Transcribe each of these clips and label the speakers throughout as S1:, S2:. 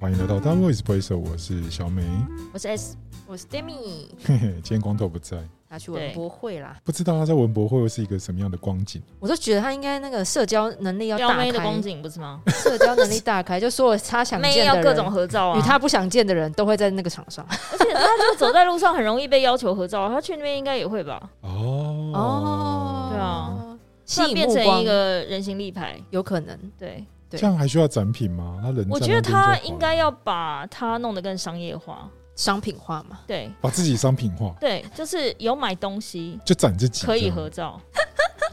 S1: 欢迎来到 Double Espresso，我是小美。
S2: 我是 S，
S3: 我是 Demi，
S1: 嘿嘿，今天光头不在，
S2: 他去文博会啦。
S1: 不知道他在文博会会是一个什么样的光景。
S2: 我都觉得他应该那个社交能力要
S3: 撩
S2: 大
S3: 妹的
S2: 开
S3: 光，景不是吗？
S2: 社交能力大开，就所有他 想
S3: 妹
S2: 见的
S3: 要
S2: 人，
S3: 各种合照啊，
S2: 与他不想见的人都会在那个场上。
S3: 而且他就走在路上很容易被要求合照啊，他去那边应该也会 吧？
S1: 哦
S2: 哦
S3: 对啊，
S2: 吸
S3: 突然
S2: 引
S3: 变
S2: 目
S3: 成
S2: 光
S3: 一个人形立牌，
S2: 有可能，
S3: 对，
S2: 对
S1: 这样还需要展品吗？他人
S3: 我
S1: 在
S3: 觉得
S1: 那边就好
S3: 他
S1: 了
S3: 应该要把它弄得更商业化，
S2: 商品化嘛。
S3: 对
S1: 把自己商品化，
S3: 对，就是有买东西
S1: 就展自己
S3: 可以
S1: 这样
S3: 合。 照，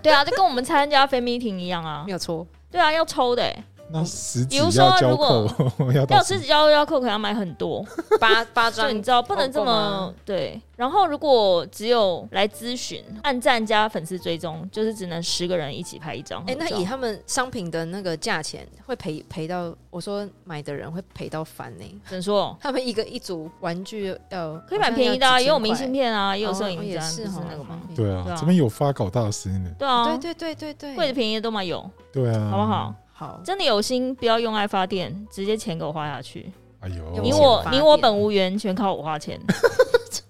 S3: 对啊，就跟我们参加 fan meeting 一样啊
S2: 没，有错，
S3: 对啊，要抽的、欸，
S1: 那实体
S3: 比如说
S1: 要交
S3: 如果
S1: 扣， 要到
S3: 要吃要要扣可能要买很多，
S2: 八八
S3: 就你知道不能这
S2: 哦
S3: 么对。然后如果只有来咨询、按赞加粉丝追踪，就是只能十个人一起拍一张合
S2: 哎、
S3: 照。
S2: 那以他们商品的那个价钱，会赔赔到我说买的人会赔到翻呢、
S3: 怎么说？
S2: 他们一个一组玩具要
S3: 可以买便宜的、啊，也有明信
S2: 片，
S3: 片啊，也有
S2: 哦
S3: 摄影
S2: 也
S3: 展，
S2: 是
S3: 不是
S2: 哦
S3: 那个吗？
S2: 商品
S1: 对啊
S3: 对，啊
S1: 这边有发稿大师呢。
S3: 对啊，
S2: 对对对对
S3: 贵的
S2: 对，
S3: 便宜的都嘛有，
S1: 对啊，
S3: 好不好？？
S2: 好，
S3: 真的有心，不要用爱发电，直接钱给我花下去。
S1: 哎呦，
S2: 有
S3: 你
S2: 钱
S3: 我
S2: 发
S3: 你我
S2: 电
S3: 本无缘，全靠我花 钱，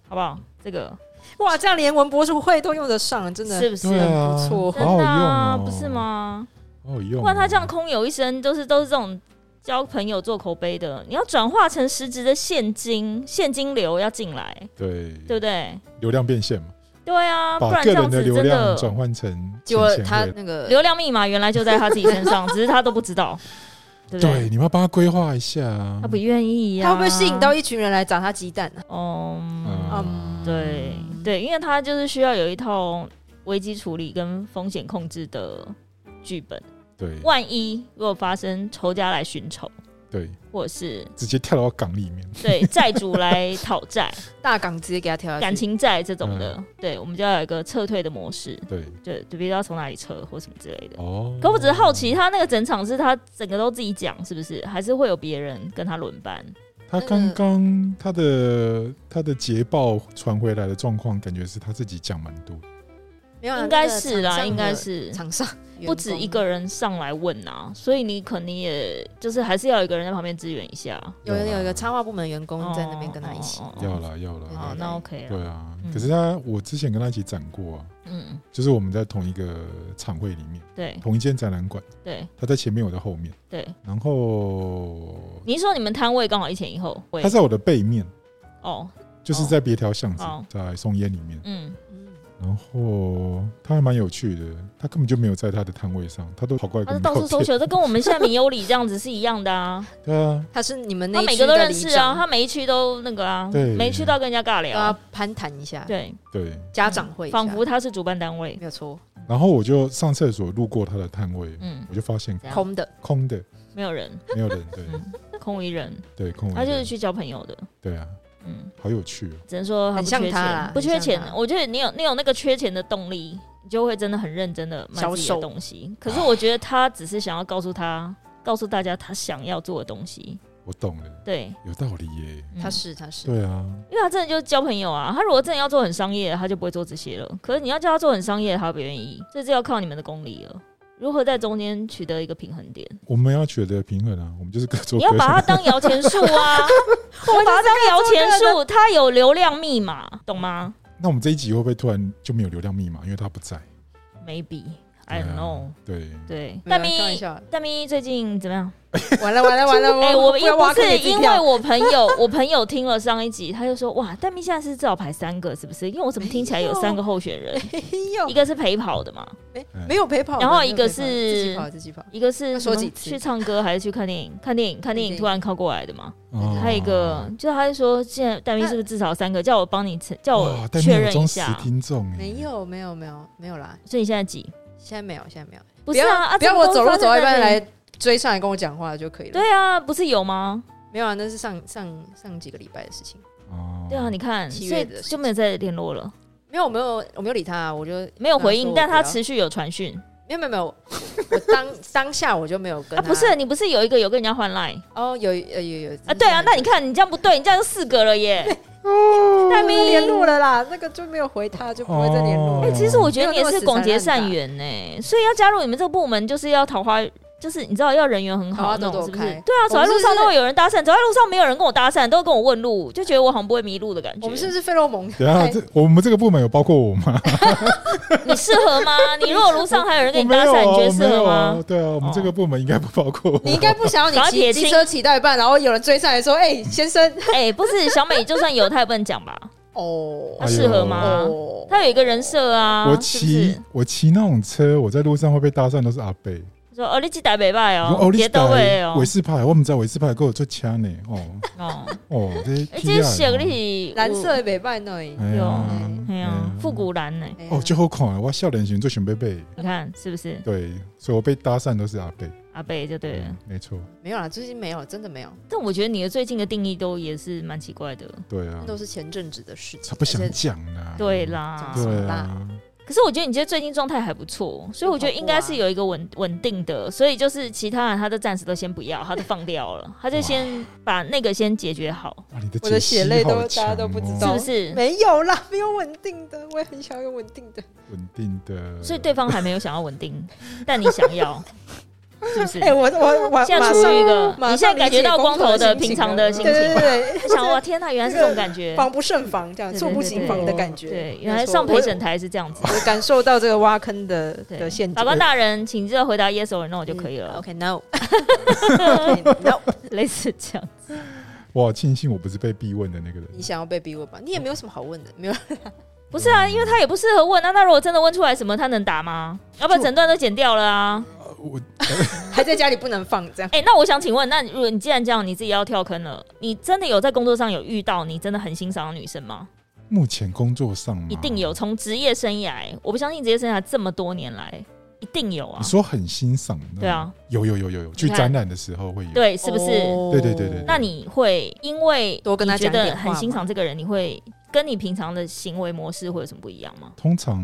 S3: 好不好？这个
S2: 哇，这样连文博会都用得上，真的
S3: 是不是？
S1: 对啊，
S2: 不错
S3: 真
S1: 好好
S3: 的
S1: 用
S3: 啊，
S1: 哦，
S3: 不是？吗？
S1: 好好用哦。
S3: 不然他这样空有一身，都是都是这种交朋友做口碑的，你要转化成实质的现金，现金流要进来，
S1: 对
S3: 对不对？
S1: 流量变现嘛，
S3: 对啊，不
S1: 嗯把
S3: 然
S1: 个
S3: 这
S1: 人
S3: 样
S1: 的
S3: 子
S1: 流
S3: 真
S1: 量转
S3: 的
S1: 换成
S2: 结果
S1: 钱
S2: 他
S1: 回来
S2: 那个
S3: 流量密码原来就在他自己身上，只是他都不知道，
S1: 对，
S3: 对不对？
S1: 你们要帮他规划一下啊
S3: 他。不愿意呀、
S2: 他会不会吸引到？一群人来砸他鸡蛋呢、
S3: 嗯，
S2: 嗯
S3: 对对，因为他就是需要有一套危机处理跟风险控制的剧本。
S1: 对
S3: 万一如果发生仇家来寻仇，
S1: 对，
S3: 或者是
S1: 直接跳到港里面，
S3: 对债主来讨债，
S2: 大港直接给他跳下去，
S3: 感情债这种的，
S1: 嗯
S3: 对，我们就要有一个撤退的模式，
S1: 对
S3: 对，就比如要从哪里撤或什么之类的。
S1: 哦。
S3: 可我只是好奇，他那个整场是他整个都自己讲，是不是？还是会有别人跟他轮班？
S1: 他刚刚他的他的捷报传回来的状况，感觉是他自己讲蛮多。
S2: 没有啊、
S3: 应该是
S2: 那
S3: 啦，
S2: 个
S3: 应
S2: 厂商的
S3: 该是
S2: 厂商
S3: 不止一个
S2: 人，
S3: 人上来问啊，所以你肯定也就是还是要有一个人在旁边支援一下，
S2: 有有有一
S1: 要啦
S2: 个插画部门的员工哦在那边跟他一起，
S3: 哦哦哦
S1: 要啦要
S2: 对
S1: 啦，
S3: 哦，那 OK 了，
S1: 对啊。
S3: 嗯
S1: 可是他我之前跟他一起展过啊，
S3: 嗯，
S1: 就是我们在同一个场会里面，
S3: 对
S1: 同一间展览馆，
S3: 对
S1: 他在前面，我在后面，
S3: 对。
S1: 然后
S3: 你是说你们摊位刚好一前一后，会
S1: 他在我的背面，
S3: 哦，
S1: 就是在别条巷子
S3: 哦，
S1: 在松烟里面。
S3: 嗯，
S2: 嗯
S1: 然后他还蛮有趣的，他根本就没有在他的摊位上，他都跑过来
S3: 他
S1: 跟
S3: 是
S1: 我
S3: 到处
S1: 聊
S3: 搜
S1: 天。
S3: 求，这跟我们现在米优里这样子是一样的啊。
S1: 对啊，
S2: 他是你们那
S3: 他
S2: 一
S3: 每
S2: 区
S3: 个都
S2: 的
S3: 认
S2: 里
S3: 识啊，
S2: 长，啊
S3: 他每一区都那个啊，
S1: 对
S3: 每一区都要跟人家尬
S2: 都要
S3: 聊，
S2: 攀谈一下，
S3: 对，
S1: 对。
S2: 家长会一下，
S3: 仿佛他是主办单位，
S2: 没有错，
S1: 然后我就上厕所路过他的摊位，
S3: 嗯，
S1: 我就发现
S3: 这样
S2: 空的，
S1: 空的，
S3: 没有人，
S1: 没有人，对
S3: 嗯，空无一人，
S1: 对，空无一
S3: 他就是
S1: 人
S3: 去交朋友的，
S1: 对啊，
S3: 嗯，
S1: 好有趣哦，
S3: 只能说他
S2: 很
S3: 不
S2: 像
S3: 缺
S2: 他啦
S3: 钱，不缺
S2: 很像
S3: 钱。
S2: 他
S3: 我觉得你有你有那个缺钱的动力，你就会真的很认真的卖自己
S2: 销售
S3: 的东西。可是我觉得他只是想要告诉他，告诉大家他想要做的东西，
S1: 我懂了，
S3: 对，
S1: 有道理耶，
S3: 嗯
S2: 他是他是，
S1: 对啊，
S3: 因为他真的就是交朋友啊。他如果真的要做很商业，他就不会做这些了。可是你要叫他做很商业，他不愿意，这就要靠你们的功力了。如何在中间取得一个平衡点？
S1: 我们要取得平衡啊，我们就是各做
S3: 你
S1: 各
S3: 要把它
S1: 的，
S3: 当摇钱树啊！我把它当摇钱树，它有流量密码，懂吗
S1: 那我们这一集会不会突然就没有流量密码？因为他不在
S3: ？Maybe I
S1: 对
S3: don't
S1: 啊
S3: know。
S1: 对，
S3: 对，
S2: 没
S3: 大
S2: 有啊开玩
S3: 咪，
S2: 笑，
S3: 大咪最近怎么样？
S2: 完了完了完了，
S3: 哎、我
S2: 不
S3: 因
S2: 要挖
S3: 不
S2: 坑
S3: 是
S2: 给自己
S3: 因为
S2: 跳
S3: 我朋友， 我朋友听了上一集，他就说哇，大咪现在是至少排三个，是不是？因为我怎么听起来有三个候选人，
S2: 没有
S3: 一个是陪跑的嘛，
S2: 哎没没有陪跑的，
S3: 然后
S2: 没有
S3: 一个
S2: 陪跑的自己
S3: 是
S2: 跑自己跑，
S3: 一个是
S2: 要
S3: 什
S2: 说
S3: 么
S2: 几次
S3: 去唱歌还是去看电影？看电影，看电
S2: 看电
S3: 影
S2: 影
S3: 突然靠过来的嘛。
S1: 哦
S3: 还有一个就是他就说现在大咪是不是至少三个？叫我帮你测叫
S1: 哇
S3: 我
S1: 但
S3: 确
S1: 没有
S3: 认一
S1: 忠实
S3: 下。
S1: 听众哎，
S2: 没有没有没有没有啦，
S3: 所以你现在几？
S2: 现在没有现在没有。
S3: 不是啊，啊
S2: 不要我走路走到一半。
S3: 这个都发生在那里
S2: 来追上来跟我讲话就可以了。，
S3: 对啊，不是有吗？
S2: 没有啊，那是上上上几个礼拜的事情。
S1: 哦，
S3: 对啊，你看，
S2: 七
S3: 所
S2: 月
S3: 以
S2: 的事
S3: 就没有再联络了，
S2: 没有，我没有，我没有理他、啊，我就
S3: 没有回
S2: 跟
S3: 应，
S2: 他说
S3: 但他
S2: 我不要
S3: 持续有传讯。
S2: 没有没有没有，我当当下我就没有跟
S3: 啊，
S2: 他。
S3: 不是，你不是有一个有跟人家换 line
S2: 哦，有有有有
S3: 啊？对啊，那你看你这样不对，你这样就四个了耶。
S2: 太
S3: 太
S2: 没
S3: 没
S2: 联络了啦，那个就没有回他，就不会再联络
S1: 哦
S2: 了。
S3: 哎，其实我觉得你也
S2: 没有那么
S3: 是
S2: 死缠
S3: 广结
S2: 烂打
S3: 善缘呢，所以要加入你们这个部门，就是要桃花就是你知道要人缘很
S2: 好
S3: 好
S2: 啊
S3: 那种，
S2: 朵朵
S3: 是不是？
S2: 开
S3: 对啊，走在
S2: 我们
S3: 路
S2: 是不
S3: 上
S2: 是
S3: 都会有人搭讪，走在路上没有人跟我搭讪，都会跟我问路，就觉得我好像不会迷路的感觉。
S2: 我们是不是费洛蒙？
S1: 等一下啊这我们这个部门有包括我吗？
S3: 你适合吗？你如果路上还有人
S1: 我
S3: 跟你
S1: 没
S3: 搭
S1: 有
S3: 讪，
S1: 啊，
S3: 你觉
S1: 我
S3: 得适
S1: 没
S3: 合
S1: 有
S3: 吗哦
S1: 啊。？对啊，我们这个部门应该不包括我。
S2: 你应该不想要你
S3: 赶快撇
S2: 骑
S3: 清
S2: 机车骑到一半，然后有人追上来说：“哎、先生，
S3: 哎、不是小美，就算有，她也不能 讲吧？
S2: 哦
S3: 她适合吗？
S2: 哦，
S3: 她有一个人设啊，
S1: 哎我
S3: 是
S1: 骑
S3: 不是？
S1: 我骑那种车，我在路上会被搭讪，都是阿贝。
S3: 说哦，你去台北拜
S1: 我说
S3: 哦，
S1: 你
S3: 别
S1: 是
S3: 都会
S1: 台
S3: 哦
S1: 韦，斯派，我们在韦斯派给我做枪 呢。哦
S3: 哦，
S1: 哦，这些
S3: 哎，
S1: 屁啊
S3: 这小你是
S2: 蓝色，的北半呢？哎
S1: 哎呀
S3: 有哎呀，复。
S1: 哎呀
S3: 古蓝呢？
S2: 呀
S1: 哦，就好看，我笑脸型做熊贝贝，
S3: 你看是不是
S1: 对，所以我被搭讪都是阿贝。
S3: 阿贝就对了
S1: 嗯，，没错，
S2: 没有啦，最近没有，真的没有，
S3: 但我觉得你的最近的定义都也是蛮奇怪的，
S1: 对啊
S2: 那，都是前阵子的事情。
S1: 他不想
S2: 而且
S1: 讲啊。
S3: 对，啦。
S1: 对
S2: 讲什
S1: 啊
S2: 么啦，
S3: 可是我觉得你今天最近状态还不错，所以我觉得应该是有一个稳稳定的，所以就是其他人他都暂时都先不要，他都放掉了，他就先把那个先解决 好，
S1: 啊哇，你的
S2: 我的
S1: 解析
S2: 血泪
S1: 好
S2: 都大
S1: 强
S2: 家都不知
S1: 哦
S3: 是
S2: 道
S3: 不是？
S2: 没有啦，没有稳定的，我也很想要有稳定的。
S1: 稳定的，
S3: 所以对方还没有想要稳定，但你想要，是 不是？
S2: 哎、我我我
S3: 现在
S2: 马
S3: 处于一
S2: 上
S3: 个，嗯
S2: 马上
S3: 你现在感觉到光头的
S2: 理解
S3: 平常的心
S2: 对
S3: 情
S2: 对
S3: 吗，
S2: 对对，
S3: 我想哇，天哪，原来是这种感觉，
S2: 防不胜防，这样
S3: 对对
S2: 猝不及防的感觉。
S3: 对，原来上陪审台是这样子
S2: 没。错，我我感受到这个挖坑的的
S3: 对，
S2: 陷
S3: 法
S2: 阱。嗯
S3: 官大人，请记得回答 yes or no 就可以了，
S2: OK，No。No， 哎
S3: 类似这样。
S1: 我好庆幸我不是被逼问的那个人。
S3: 嗯
S2: 你想要被逼问吧？你也没有什么好问的， 没有。
S3: 不是
S2: 哦
S3: 啊，因为他也不适合问啊。那如果真的问出来什么，他能打吗？要不然整段都剪掉了啊。
S1: 呃我
S2: 还在家里不能放这样。
S3: 哎、那我想请问，那如果你既然这样，你自己要跳坑了，你真的有在工作上有遇到你真的很欣赏的女生吗？
S1: 目前工作上嘛
S3: 一定有，从职业生涯，我不相信职业生涯这么多年来一定有啊
S1: 你。说很欣赏的，
S3: 对啊，
S1: 有有有有有，去展览的时候会有。，
S3: 对，哎是不是？
S2: 哦
S1: 对对对对对
S3: 那你会因为
S2: 多跟他
S3: 你觉
S2: 讲一
S3: 得
S2: 点话
S3: 很
S2: 吗
S3: 欣赏这个人，你会跟你平常的行为模式会有什么不一样吗？
S1: 通常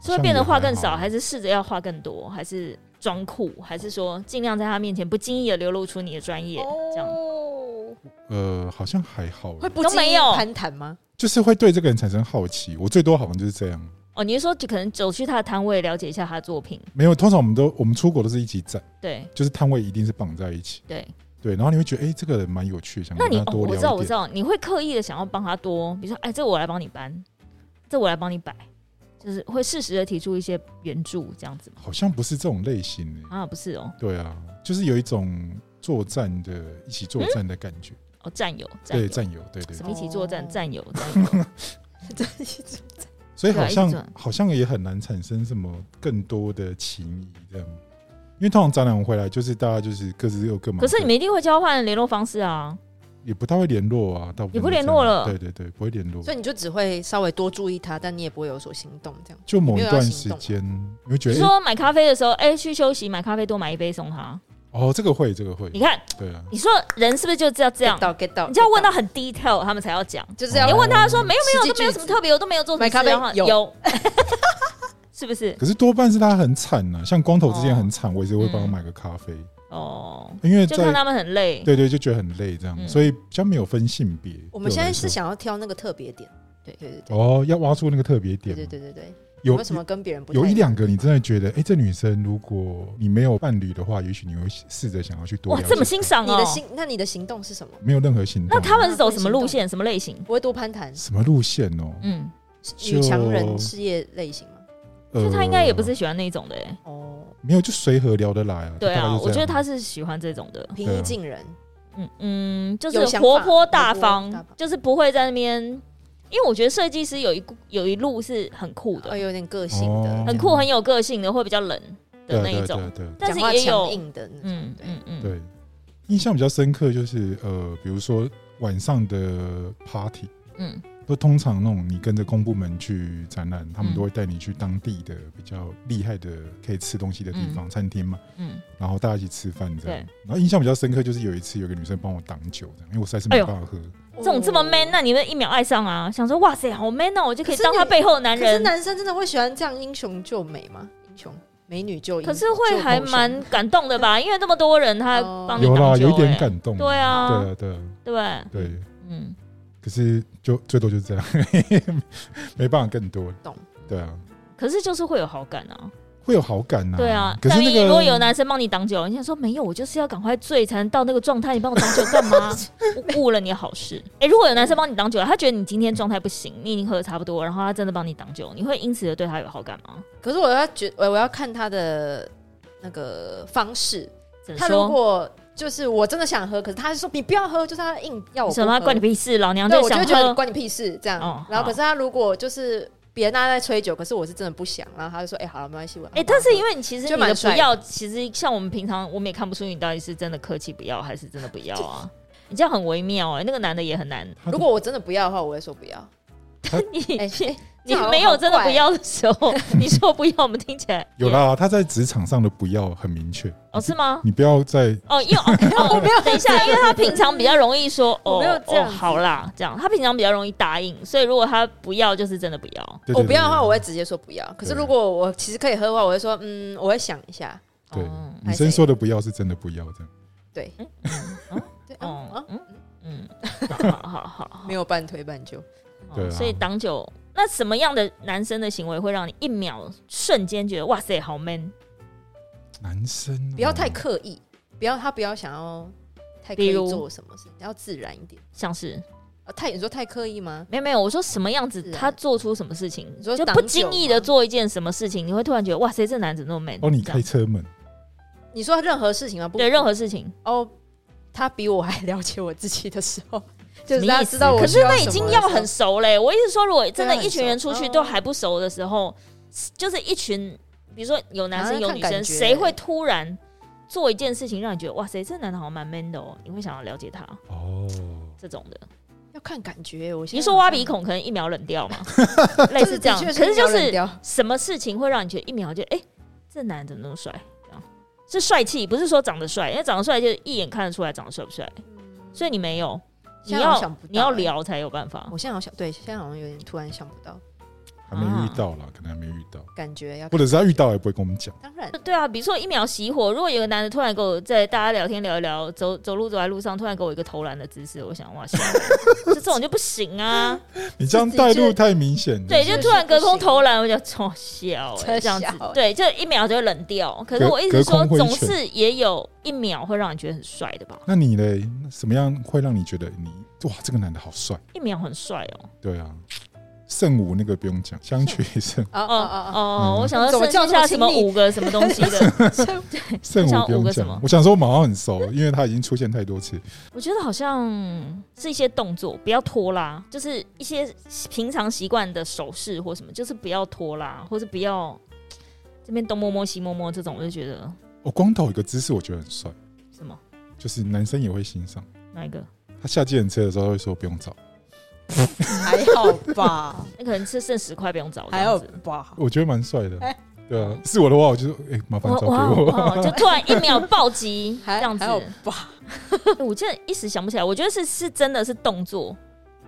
S3: 是会变得话更
S1: 像也还
S3: 少，
S1: 好
S3: 还是试着要话更多，还是装酷，还是说尽量在他面前不经意的流露出你的专业？这样
S2: 哦，
S1: 呃好像还好，
S2: 会不
S3: 都
S2: 经
S3: 没
S2: 意
S3: 有
S2: 攀谈吗？
S1: 就是会对这个人产生好奇。我最多好像就是这样，
S3: 哦，你是说就可能走去他的摊位了解一下他的作品？
S1: 没有。通常我们都我们出国都是一起展，
S3: 对
S1: 就是摊位一定是绑在一起。
S3: 对。
S1: 对，然后你会觉得哎、这个人蛮有趣，想
S3: 那
S1: 跟
S3: 你
S1: 他
S3: 哦，
S1: 多
S3: 我知道，
S1: 聊一
S3: 我知
S1: 点。
S3: 道，你会刻意的想要帮他多，比如说，哎，这我来帮你搬，这我来帮你摆，就是会适时的提出一些援助，这样子吗？
S1: 好像不是这种类型的、
S3: 啊，不是哦，
S1: 对啊，就是有一种作战的一起作战的感觉。
S3: 哦，战友，嗯战友
S1: 对，，战友，对对
S3: 什
S1: 对。
S3: 么一起作战，
S2: 哦
S3: 战友，战友
S2: 这一种
S1: 所以
S3: 对啊
S1: 好
S3: 一直
S1: 像
S3: 转
S1: 好像也很难产生什么更多的情谊这样，因为通常展览回来就是大家就是各自有各忙各，
S3: 可是你们一定会交换联络方式啊，
S1: 也不太会联络啊，大部分
S3: 也不
S1: 都这
S3: 联络
S1: 样
S3: 了
S1: 对对对，不会联络
S2: 所。以你就只会稍微多注意他，但你也不会有所行动，这样
S1: 就某
S2: 没
S1: 一
S2: 有要
S1: 段时
S2: 行动
S1: 间，你会觉
S3: 你
S1: 得、欸、
S3: 说买咖啡的时候，哎、去休息买咖啡，多买一杯送他。
S1: 哦，这个会，这个会
S3: 你，看，
S1: 对啊，
S3: 你说人是不是就这样这样
S2: get？到 get 到，
S3: 你就要问
S2: get
S3: 到很 detail，他们才要讲。
S2: 就是要
S1: 哦
S3: 你问他说没有没有，
S2: 实际
S3: 都没有什
S2: 句子
S3: 么特别，我都没有做什么
S2: 买咖
S3: 事
S2: 啡
S3: 然后
S2: 有
S3: 有，是不是？
S1: 可是多半是他很惨呐、像光头之前
S3: 哦
S1: 很惨，我也是会帮他
S3: 嗯
S1: 买个咖啡，
S3: 哦，
S1: 因为
S3: 就看
S1: 在
S3: 他们很累。
S1: 对对就觉得很累这样，
S3: 嗯
S1: 所以比较没有分性别。
S2: 我们现在是
S1: 对
S2: 想要挑那个特别点，对对对
S1: 我来说哦，要挖出那个特别
S2: 对
S1: 点嘛，
S2: 对对对对，
S1: 有
S2: 为什么跟别人不太
S1: 有一
S2: 样
S1: 两个你真的觉得，哎、这女生如果你没有伴侣的话，也许你会试着想要去多
S3: 哇，
S1: 了解
S3: 这么欣
S1: 她
S3: 赏
S2: 你
S3: 哦
S2: 的。行，那你的行动是什么？
S1: 没有任何行动。
S3: 那他们是走什么路线？什么类型？
S2: 不会多攀谈，
S1: 什么路线哦？
S3: 嗯，
S1: 就
S2: 女强人事业类型吗？
S3: 就他应该也不
S1: 呃
S3: 是喜欢那种的、哎。
S2: 哦，
S1: 没有，就随和聊得来啊。
S3: 对
S1: 大概
S3: 啊，
S1: 就这
S3: 我觉得
S1: 样
S3: 他是喜欢这种的。
S2: 平易近人，
S3: 嗯嗯，就
S2: 有
S3: 是
S2: 想
S3: 活
S2: 法
S3: 泼
S2: 活
S3: 大
S2: 泼
S3: 方
S2: 大方，
S3: 就是不会在那边。因为我觉得设计师有一股有一路是很酷的
S2: 哦，，有点个性
S1: 哦
S2: 的，
S3: 很酷很有个性的，会比较冷
S1: 对
S3: 的
S1: 啊
S3: 那
S1: 对
S3: 一
S1: 啊对
S3: 种
S1: 啊，对啊
S3: 但是
S2: 讲话
S3: 也有
S2: 强硬的那种
S3: 嗯，
S2: 对。
S3: 嗯嗯，
S1: 对。印象比较深刻就是呃，比如说晚上的 party，
S3: 嗯
S1: 都通常那种你跟着公部门去展览，他们
S3: 嗯
S1: 都会带你去当地的比较厉害的可以吃东西的地方、餐厅嘛，
S3: 嗯，
S1: 然后大家一起吃饭这样
S3: 对。
S1: 然后印象比较深刻就是有一次有个女生帮我挡酒这样，因为我实在是
S3: 哎
S1: 没
S3: 呦
S1: 办法喝。
S2: 哦
S3: 这种这么 man，那你会一秒爱上啊？想说哇塞，好 man 哦，我就可以
S2: 可是
S3: 当他
S2: 你
S3: 背后的男
S2: 可是
S3: 人，
S2: 男生真的会喜欢这样英雄救美吗？英雄美女救英，
S3: 可是会还蛮感动的吧？因为那么多人，他还
S2: 哦
S3: 帮你
S1: 有啦，
S3: 挡
S1: 有一
S3: 酒，
S1: 点
S3: 哎，
S1: 感动。
S3: 对啊
S1: 对啊，对啊，
S3: 对不对，
S1: 对。
S3: 嗯，
S1: 可是就最多 就是这样，没办法更多。
S2: 懂？
S1: 对啊，
S3: 可是就是会有好感啊，
S1: 会有好感呐、
S3: 对啊，
S1: 可是
S3: 但
S1: 那
S3: 如果有
S1: 个
S3: 男生帮你挡酒，你想说没有，我就是要赶快醉才能到那个状态，你帮我挡酒干 嘛？我误了你的好事。哎、如果有男生帮你挡酒，他觉得你今天状态不行，你已经喝的差不多，然后他真的帮你挡酒，你会因此而对他有好感吗？
S2: 可是我要觉，我我要看他的那个方式。
S3: 怎么
S2: 他如
S3: 说？
S2: 果就是我真的想喝，可是他说你不要喝，就是他硬要我不
S3: 什么
S2: 喝
S3: 关你屁事？老娘
S2: 对，
S3: 就
S2: 我就
S3: 想
S2: 会觉得
S3: 喝。
S2: 关你屁事这样。
S3: 哦
S2: 然
S3: 好
S2: 后可是他如果就是别人大家在吹酒，可是我是真的不想，然后他就说：“哎、好了，啊没关系。”我
S3: 哎、但是因为你其实
S2: 就
S3: 你
S2: 蛮
S3: 的不
S2: 帅的
S3: 要，其实像我们平常我们也看不出你到底是真的客气不要，还是真的不要啊。你这样很微妙哎、那个男的也很难。
S2: 如果我真的不要的话，我会说不要。
S3: 你、
S2: 哎、
S3: 你没有真的不
S2: 欸
S3: 要的时候， 你说不要，我们听起来
S1: 有啦，他在职场上的不要很明确，
S3: 哦是吗？
S1: 你不要再
S3: 哦，因为哦 哦，没有，等一下，因为他平常比较容易说
S2: 我
S3: 哦
S2: 没有这
S3: 哦
S2: 样子
S3: 好啦，这样他平常比较容易答应，所以如果他不要，就是真的不要。
S1: 对
S2: 哦我不要的话，我
S1: 会
S2: 会直接说不要。可是如果我其实可以喝的话，我会说嗯，我会想一下。
S1: 对
S3: 哦
S1: 女生说的不要是真的不要这样。
S2: 对，
S3: 嗯
S2: 对，嗯
S3: 哦
S2: 嗯，
S3: 嗯 嗯，好好好好，
S2: 没有半推半就。
S3: 好
S1: 对啊
S3: 哦所以挡酒，那什么样的男生的行为会让你一秒瞬间觉得哇塞好 man？
S1: 男生哦
S2: 不要太刻意，不要他不要想要太刻
S3: 比
S2: 意
S3: 如
S2: 做什么事，要自然一点。
S3: 像是
S2: 啊，太你说太刻意吗？
S3: 没有没有，我说什么样子
S2: 是啊
S3: 他做出什么事情，
S2: 你
S3: 就
S2: 说
S3: 不
S2: 挡酒
S3: 经意的
S2: 吗
S3: 做一件什么事情，你会突然觉得哇塞这男子那么 man
S1: 哦，你
S3: 这
S1: 开
S3: 样
S1: 车门，
S2: 你说任何事情啊，不
S3: 对任何事情，
S2: 哦，他比我还了解我自己的时 候，就
S3: 什
S2: 是
S3: 么
S2: 他
S3: 意思
S2: 知道我
S3: 可
S2: 需
S3: 是
S2: 要
S3: 那
S2: 什
S3: 已
S2: 么
S3: 经
S2: 的
S3: 要
S2: 时候
S3: 很熟嘞、我意思说，如果真的
S2: 对啊很
S3: 一群人出去
S2: 熟
S3: 都还不熟的时候，是就是一群，比如说有男生
S2: 啊
S3: 有
S2: 看
S3: 女生，
S2: 感觉
S3: 谁会突然做一件事情让你觉得哇塞，这男的好像蛮 man 的哦、你会想要了解他
S1: 哦，
S3: 这种的。
S2: 要看感觉。我
S3: 你
S2: 先
S3: 说挖鼻，孔可能一秒冷 掉嘛，类
S2: 就
S3: 似
S2: 是
S3: 这样。
S2: 的
S3: 可
S2: 确
S3: 是就
S2: 瞄人
S3: 是
S2: 雕
S3: 什么事情会让你觉得一秒就哎、这男的怎么那么帅？这样是帅气，不是说长得帅，因为长得帅就一眼看得出来长得帅不帅。所以你没有，你
S2: 嗯现在好像
S3: 要、
S2: 想不到
S3: 你要
S2: 欸
S3: 聊才有办法。
S2: 我现在好像对，现在好像有点突然想不到，
S1: 还没遇到啦，可能还没遇到，
S2: 感觉要
S1: 或者是他遇到也不会跟我们讲。
S2: 当然
S3: 对啊，比如说一秒熄火，如果有个男的突然跟我在大家聊天聊一聊，走走路走在路上，突然给我一个投篮的姿势，我想哇塞， 这种就不行啊！
S1: 你这样带入太明显了。
S3: 对，
S2: 这
S3: 就
S2: 个
S3: 突然
S2: 是不
S3: 隔空
S2: 行
S3: 投篮，我就冲笑、欸，
S2: 真
S3: 这样子
S2: 笑，欸
S3: 对，就一秒就会冷掉。可是
S1: 隔
S3: 我一直
S1: 隔
S3: 说，
S1: 空挥
S3: 总
S1: 拳
S3: 是也有一秒会让你觉得很帅的吧？
S1: 那你嘞，那什么样会让你觉得你哇，这个男的好帅？
S3: 一秒很帅哦、
S1: 对啊，圣武那个不用讲，相去 胜
S2: 哦
S3: 哦
S2: 哦哦，
S3: 哦，
S1: 嗯
S3: 我想
S2: 你怎
S3: 说
S2: 么
S3: 剩
S2: 叫这么
S3: 下什么
S2: 亲密
S3: 五个什么东西 的，
S1: 圣武不
S3: 五
S1: 用
S3: 个什么
S1: 讲。我想说我们好像很熟，因为他已经出现太多次。
S3: 我觉得好像是一些动作，不要拖拉，就是一些平常习惯的手势或什么，就是不要拖拉，或是不要这边东摸摸西摸摸这种，我就觉得
S1: 我哦光头有个姿势我觉得很帅，
S3: 什么
S1: 就是男生也会欣赏。
S3: 哪一个？
S1: 他下计程车的时候会说不用找，
S3: 哦
S2: 还好吧，
S3: 那可能是剩十块不用找，这
S2: 还
S3: 样
S2: 好
S3: 子。
S2: 吧。
S1: 我觉得蛮帅的
S2: 哎。
S1: 对啊，是我的话我就说哎、麻烦
S3: 哇
S1: 找
S3: 哇
S1: 给我。
S3: 哦哇！就突然一秒暴击这
S2: 还
S3: 样子
S2: 还，好吧，
S3: 欸 我真的一时想不起来，我觉得是是真的是动作，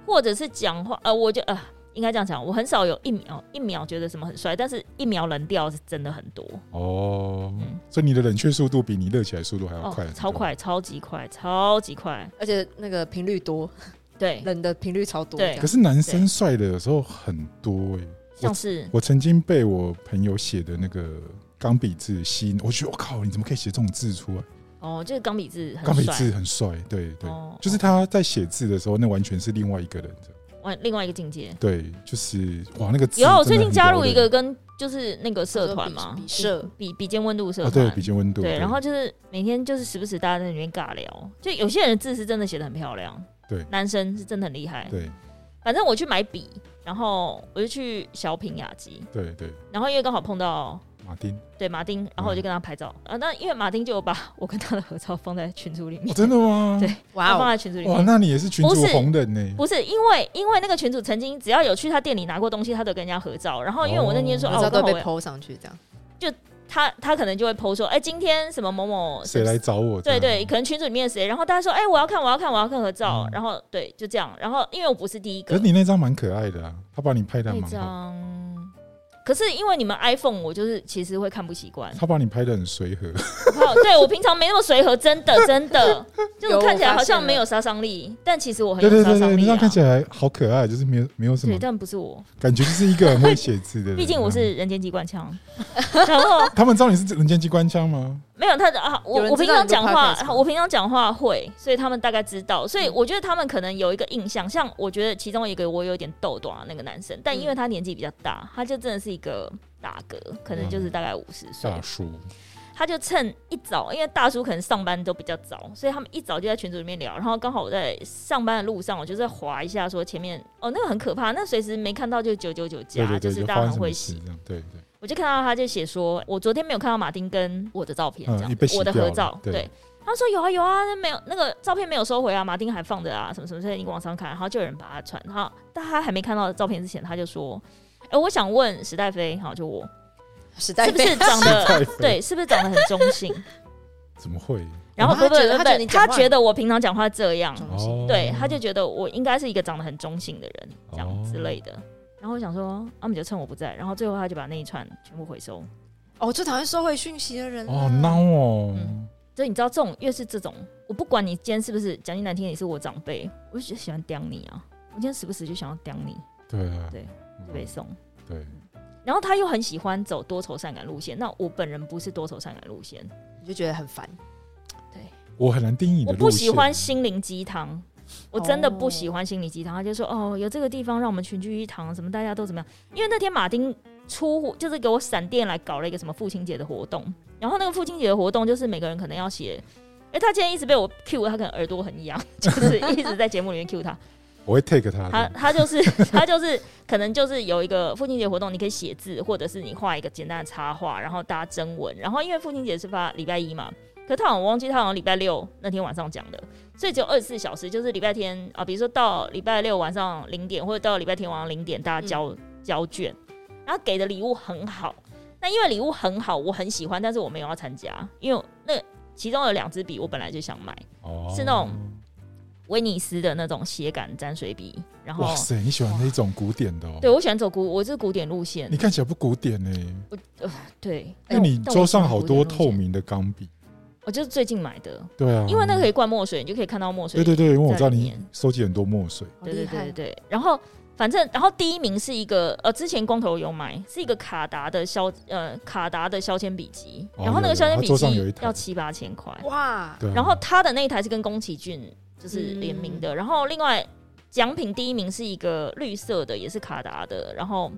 S3: 或者是讲话，呃，我就呃，应该这样讲，我很少有一秒一秒觉得什么很帅，但是一秒冷掉是真的很多。
S1: 哦
S3: 嗯，
S1: 所以你的冷却速度比你热起来速度还要快、
S3: 哦，超。快，超级快，超级快，
S2: 而且那个频率多，
S3: 对，
S2: 冷的频率超多
S3: 对
S2: 这样。
S1: 可是男生帅的有时候很多哎、
S3: 像是
S1: 我曾经被我朋友写的那个钢笔字吸引，我觉得我靠，你怎么可以写这种字出来？
S3: 哦，就是钢笔字很
S1: 钢笔
S3: 帅
S1: 字很帅，对对，
S3: 哦
S1: 就是他在写字的时候，那完全是另外一个人的。
S3: 完另外一个境界。
S1: 对，就是哇，那个字
S3: 有啊，我
S1: 真
S3: 最
S1: 的
S3: 近
S1: 很
S3: 加入
S1: 撩
S3: 一
S1: 人
S3: 个跟就是那个社团嘛
S2: 比，比社
S3: 比比肩温度社
S1: 啊，
S3: 团、
S1: 对，比肩温度，
S3: 对，然后就是每天就是时不时大家在那边尬聊，就有些人的字是真的写的很漂亮，
S1: 对
S3: 男生是真的很厉害。
S1: 对
S3: 反正我去买笔，然后我就去小品雅集，
S1: 对对，
S3: 然后因为刚好碰到
S1: 马 丁，
S3: 对马丁，然后
S1: 嗯
S3: 我就跟他拍照、啊，那因为马丁就有把我跟他的合照放在群组里面，
S1: 哦真的吗？
S3: 对
S2: 哇
S3: 我放
S2: 哦，
S3: 在群组里
S1: 哇，
S3: 面。
S1: 那你也是群
S3: 不
S1: 主
S3: 是
S1: 红人呢？
S3: 不是因为，因为那个群主曾经只要有去他店里拿过东西，他都有跟人家合照。然后因为我那天说，
S1: 哦
S3: 哦，我
S2: 知道
S3: 跟
S2: 都
S3: 我
S2: 被 PO 上去这样。
S3: 他他可能就会 PO 说，哎、今天什么某某
S1: 谁来？找我？
S3: 对
S1: 这样
S3: 对，，可能群主里面谁，然后大家说，哎、我要看，我要看，我要看合照。
S1: 嗯
S3: 然后对，就这样。然后因为我不是第一
S1: 可
S3: 个
S1: 是，你那张蛮可爱的啊，他把你拍的
S3: 那
S1: 蛮好。
S3: 张可是因为你们 iPhone，我就是其实会看不习惯。
S1: 他把你拍的很随和，
S3: 好，对我平常没那么随和，真的真 的，就是
S2: 有
S3: 看起来
S2: 我发
S3: 好
S2: 现
S3: 像没有杀伤力，但其实我很
S1: 对
S3: 有
S1: 对
S3: 杀
S1: 对
S3: 伤
S1: 对，你
S3: 力
S1: 这样
S3: 啊
S1: 看。起来好可爱，就是没有没有什
S3: 对，
S1: 么嗯
S3: 但不是我，
S1: 感觉，就是一个很会写字的人。
S3: 毕竟我
S1: 这样，
S3: 是人间机关枪。 然后
S1: 他们知道你是人间机关枪吗？
S3: 没有他的啊，我
S2: 有人
S3: 我
S2: 知
S3: 平常
S2: 道你录
S3: 讲话
S2: podcast，吗
S3: 我平常讲话会，所以他们大概知道，所以我觉得他们可能有一个印象。像我觉得其中一个我有点逗短那个男生，但因为他年纪比较大，他就真的是一个大哥，可能就是大概五十岁
S1: 大叔，
S3: 他就趁一早，因为大叔可能上班都比较早，所以他们一早就在群组里面聊。然后刚好我在上班的路上，我就在划一下，说前面哦那个很可怕，那随时没看到就九九九
S1: 对
S3: 加，
S1: 对
S3: 就
S1: 对，
S3: 是
S1: 就
S3: 大
S1: 发生
S3: 家很
S1: 什
S3: 会
S1: 么
S3: 洗
S1: 事。这样？对对，
S3: 我就看到他就写说，我昨天没有看到马丁跟我的照片，
S1: 嗯
S3: 这样、
S1: 你被洗
S3: 我的
S1: 掉
S3: 合
S1: 了
S3: 照，
S1: 对
S3: 对。他说有啊有啊，那没有那个照片没有收回啊，马丁还放着啊，什么什么，所以你往上看，然后就有人把他传，然后但他还没看到照片之前，他就说，哎、我想问史戴飞，好就我
S2: 史代
S3: 是不是
S2: 贝
S3: 长
S1: 史
S3: 得
S1: 黛菲
S3: 对，是不是长得很中性？
S1: 怎么会？
S3: 然后
S2: 他
S3: 不不
S2: 觉
S3: 不
S2: 得他觉得你
S3: 不，
S2: 讲
S3: 他
S2: 话
S3: 觉得我平常讲话这样，
S2: 中性
S1: 哦，
S3: 对，他就觉得我应该是一个长得很中性的人，这样之类的。然后我想说，他们就趁我不在，然后最后他就把那一串全部回收。
S2: 哦，我最讨厌收回讯息的人啊
S1: 哦
S2: 那
S1: 孬哦，
S3: 嗯所以你知道，这种越是这种，我不管你今天是不是讲句难听，你是我长辈，我就喜欢刁你啊。我今天时不时就想要刁你，
S1: 对啊，
S3: 对
S1: 嗯
S3: 就被送。
S1: 对，
S3: 然后他又很喜欢走多愁善感路线，那我本人不是多愁善感路线，
S2: 你就觉得很烦。
S1: 我很难定义你的
S3: 我
S1: 路
S3: 不喜欢
S1: 线
S3: 心灵鸡汤，我真的不喜欢心灵鸡汤。他就说哦，有这个地方让我们群居一堂，什么大家都怎么样？因为那天马丁出乎就是给我闪电来搞了一个什么父亲节的活动，然后那个父亲节的活动就是每个人可能要写。哎、他今天一直被我 Q，他可能耳朵很痒， 就是一直在节目里面 Q 他。
S1: 我会 take 他
S3: 他
S1: 的，
S3: 他就是他就是可能就是有一个父亲节活动，你可以写字，或者是你画一个简单的插画，然后大家征文。然后因为父亲节是发礼拜一嘛，可他好像我忘记他好像礼拜六那天晚上讲的，所以只有二十四小时，就是礼拜天啊，比如说到礼拜六晚上零点，或者到礼拜天晚上零点，大家交、
S1: 嗯
S3: 交卷，然后给的礼物很好。那因为礼物很好，我很喜欢，但是我没有要参加，因为那其中有两支笔我本来就想买，
S1: 哦
S3: 是那种威尼斯的那种斜杆沾水笔，然后
S1: 哇塞，你喜欢那种古典的哦？
S3: 哦对，我喜欢走古，我是古典路线
S1: 你。看起来不古典呢，
S3: 对，
S1: 因为你
S3: 但我
S1: 桌上好多，
S3: 但我喜欢古典
S1: 透
S3: 路线
S1: 明的钢笔，
S3: 我就是最近买的，
S1: 对啊，
S3: 因为那个可以灌墨水，你就可以看到墨水。
S1: 对对对，因为我知道
S3: 在里
S1: 你
S3: 面
S1: 收集很多墨水，
S2: 好
S3: 对
S2: 哦
S3: 对
S2: 厉害
S3: 对对对。然后反正，然后第一名是一个呃，之前光头有买，是一个卡达的削呃卡达的削铅笔机，
S1: 哦
S3: 然后那
S1: 有
S3: 个
S1: 有
S3: 削铅
S1: 他
S3: 笔
S1: 桌上有一
S3: 机
S1: 台
S3: 要七八千块，
S2: 哇！
S1: 对啊，
S3: 然后他的那一台是跟宫崎骏就是
S1: 嗯
S3: 联名的，然后另外奖品第一名是一个绿色的，也是卡达的，然后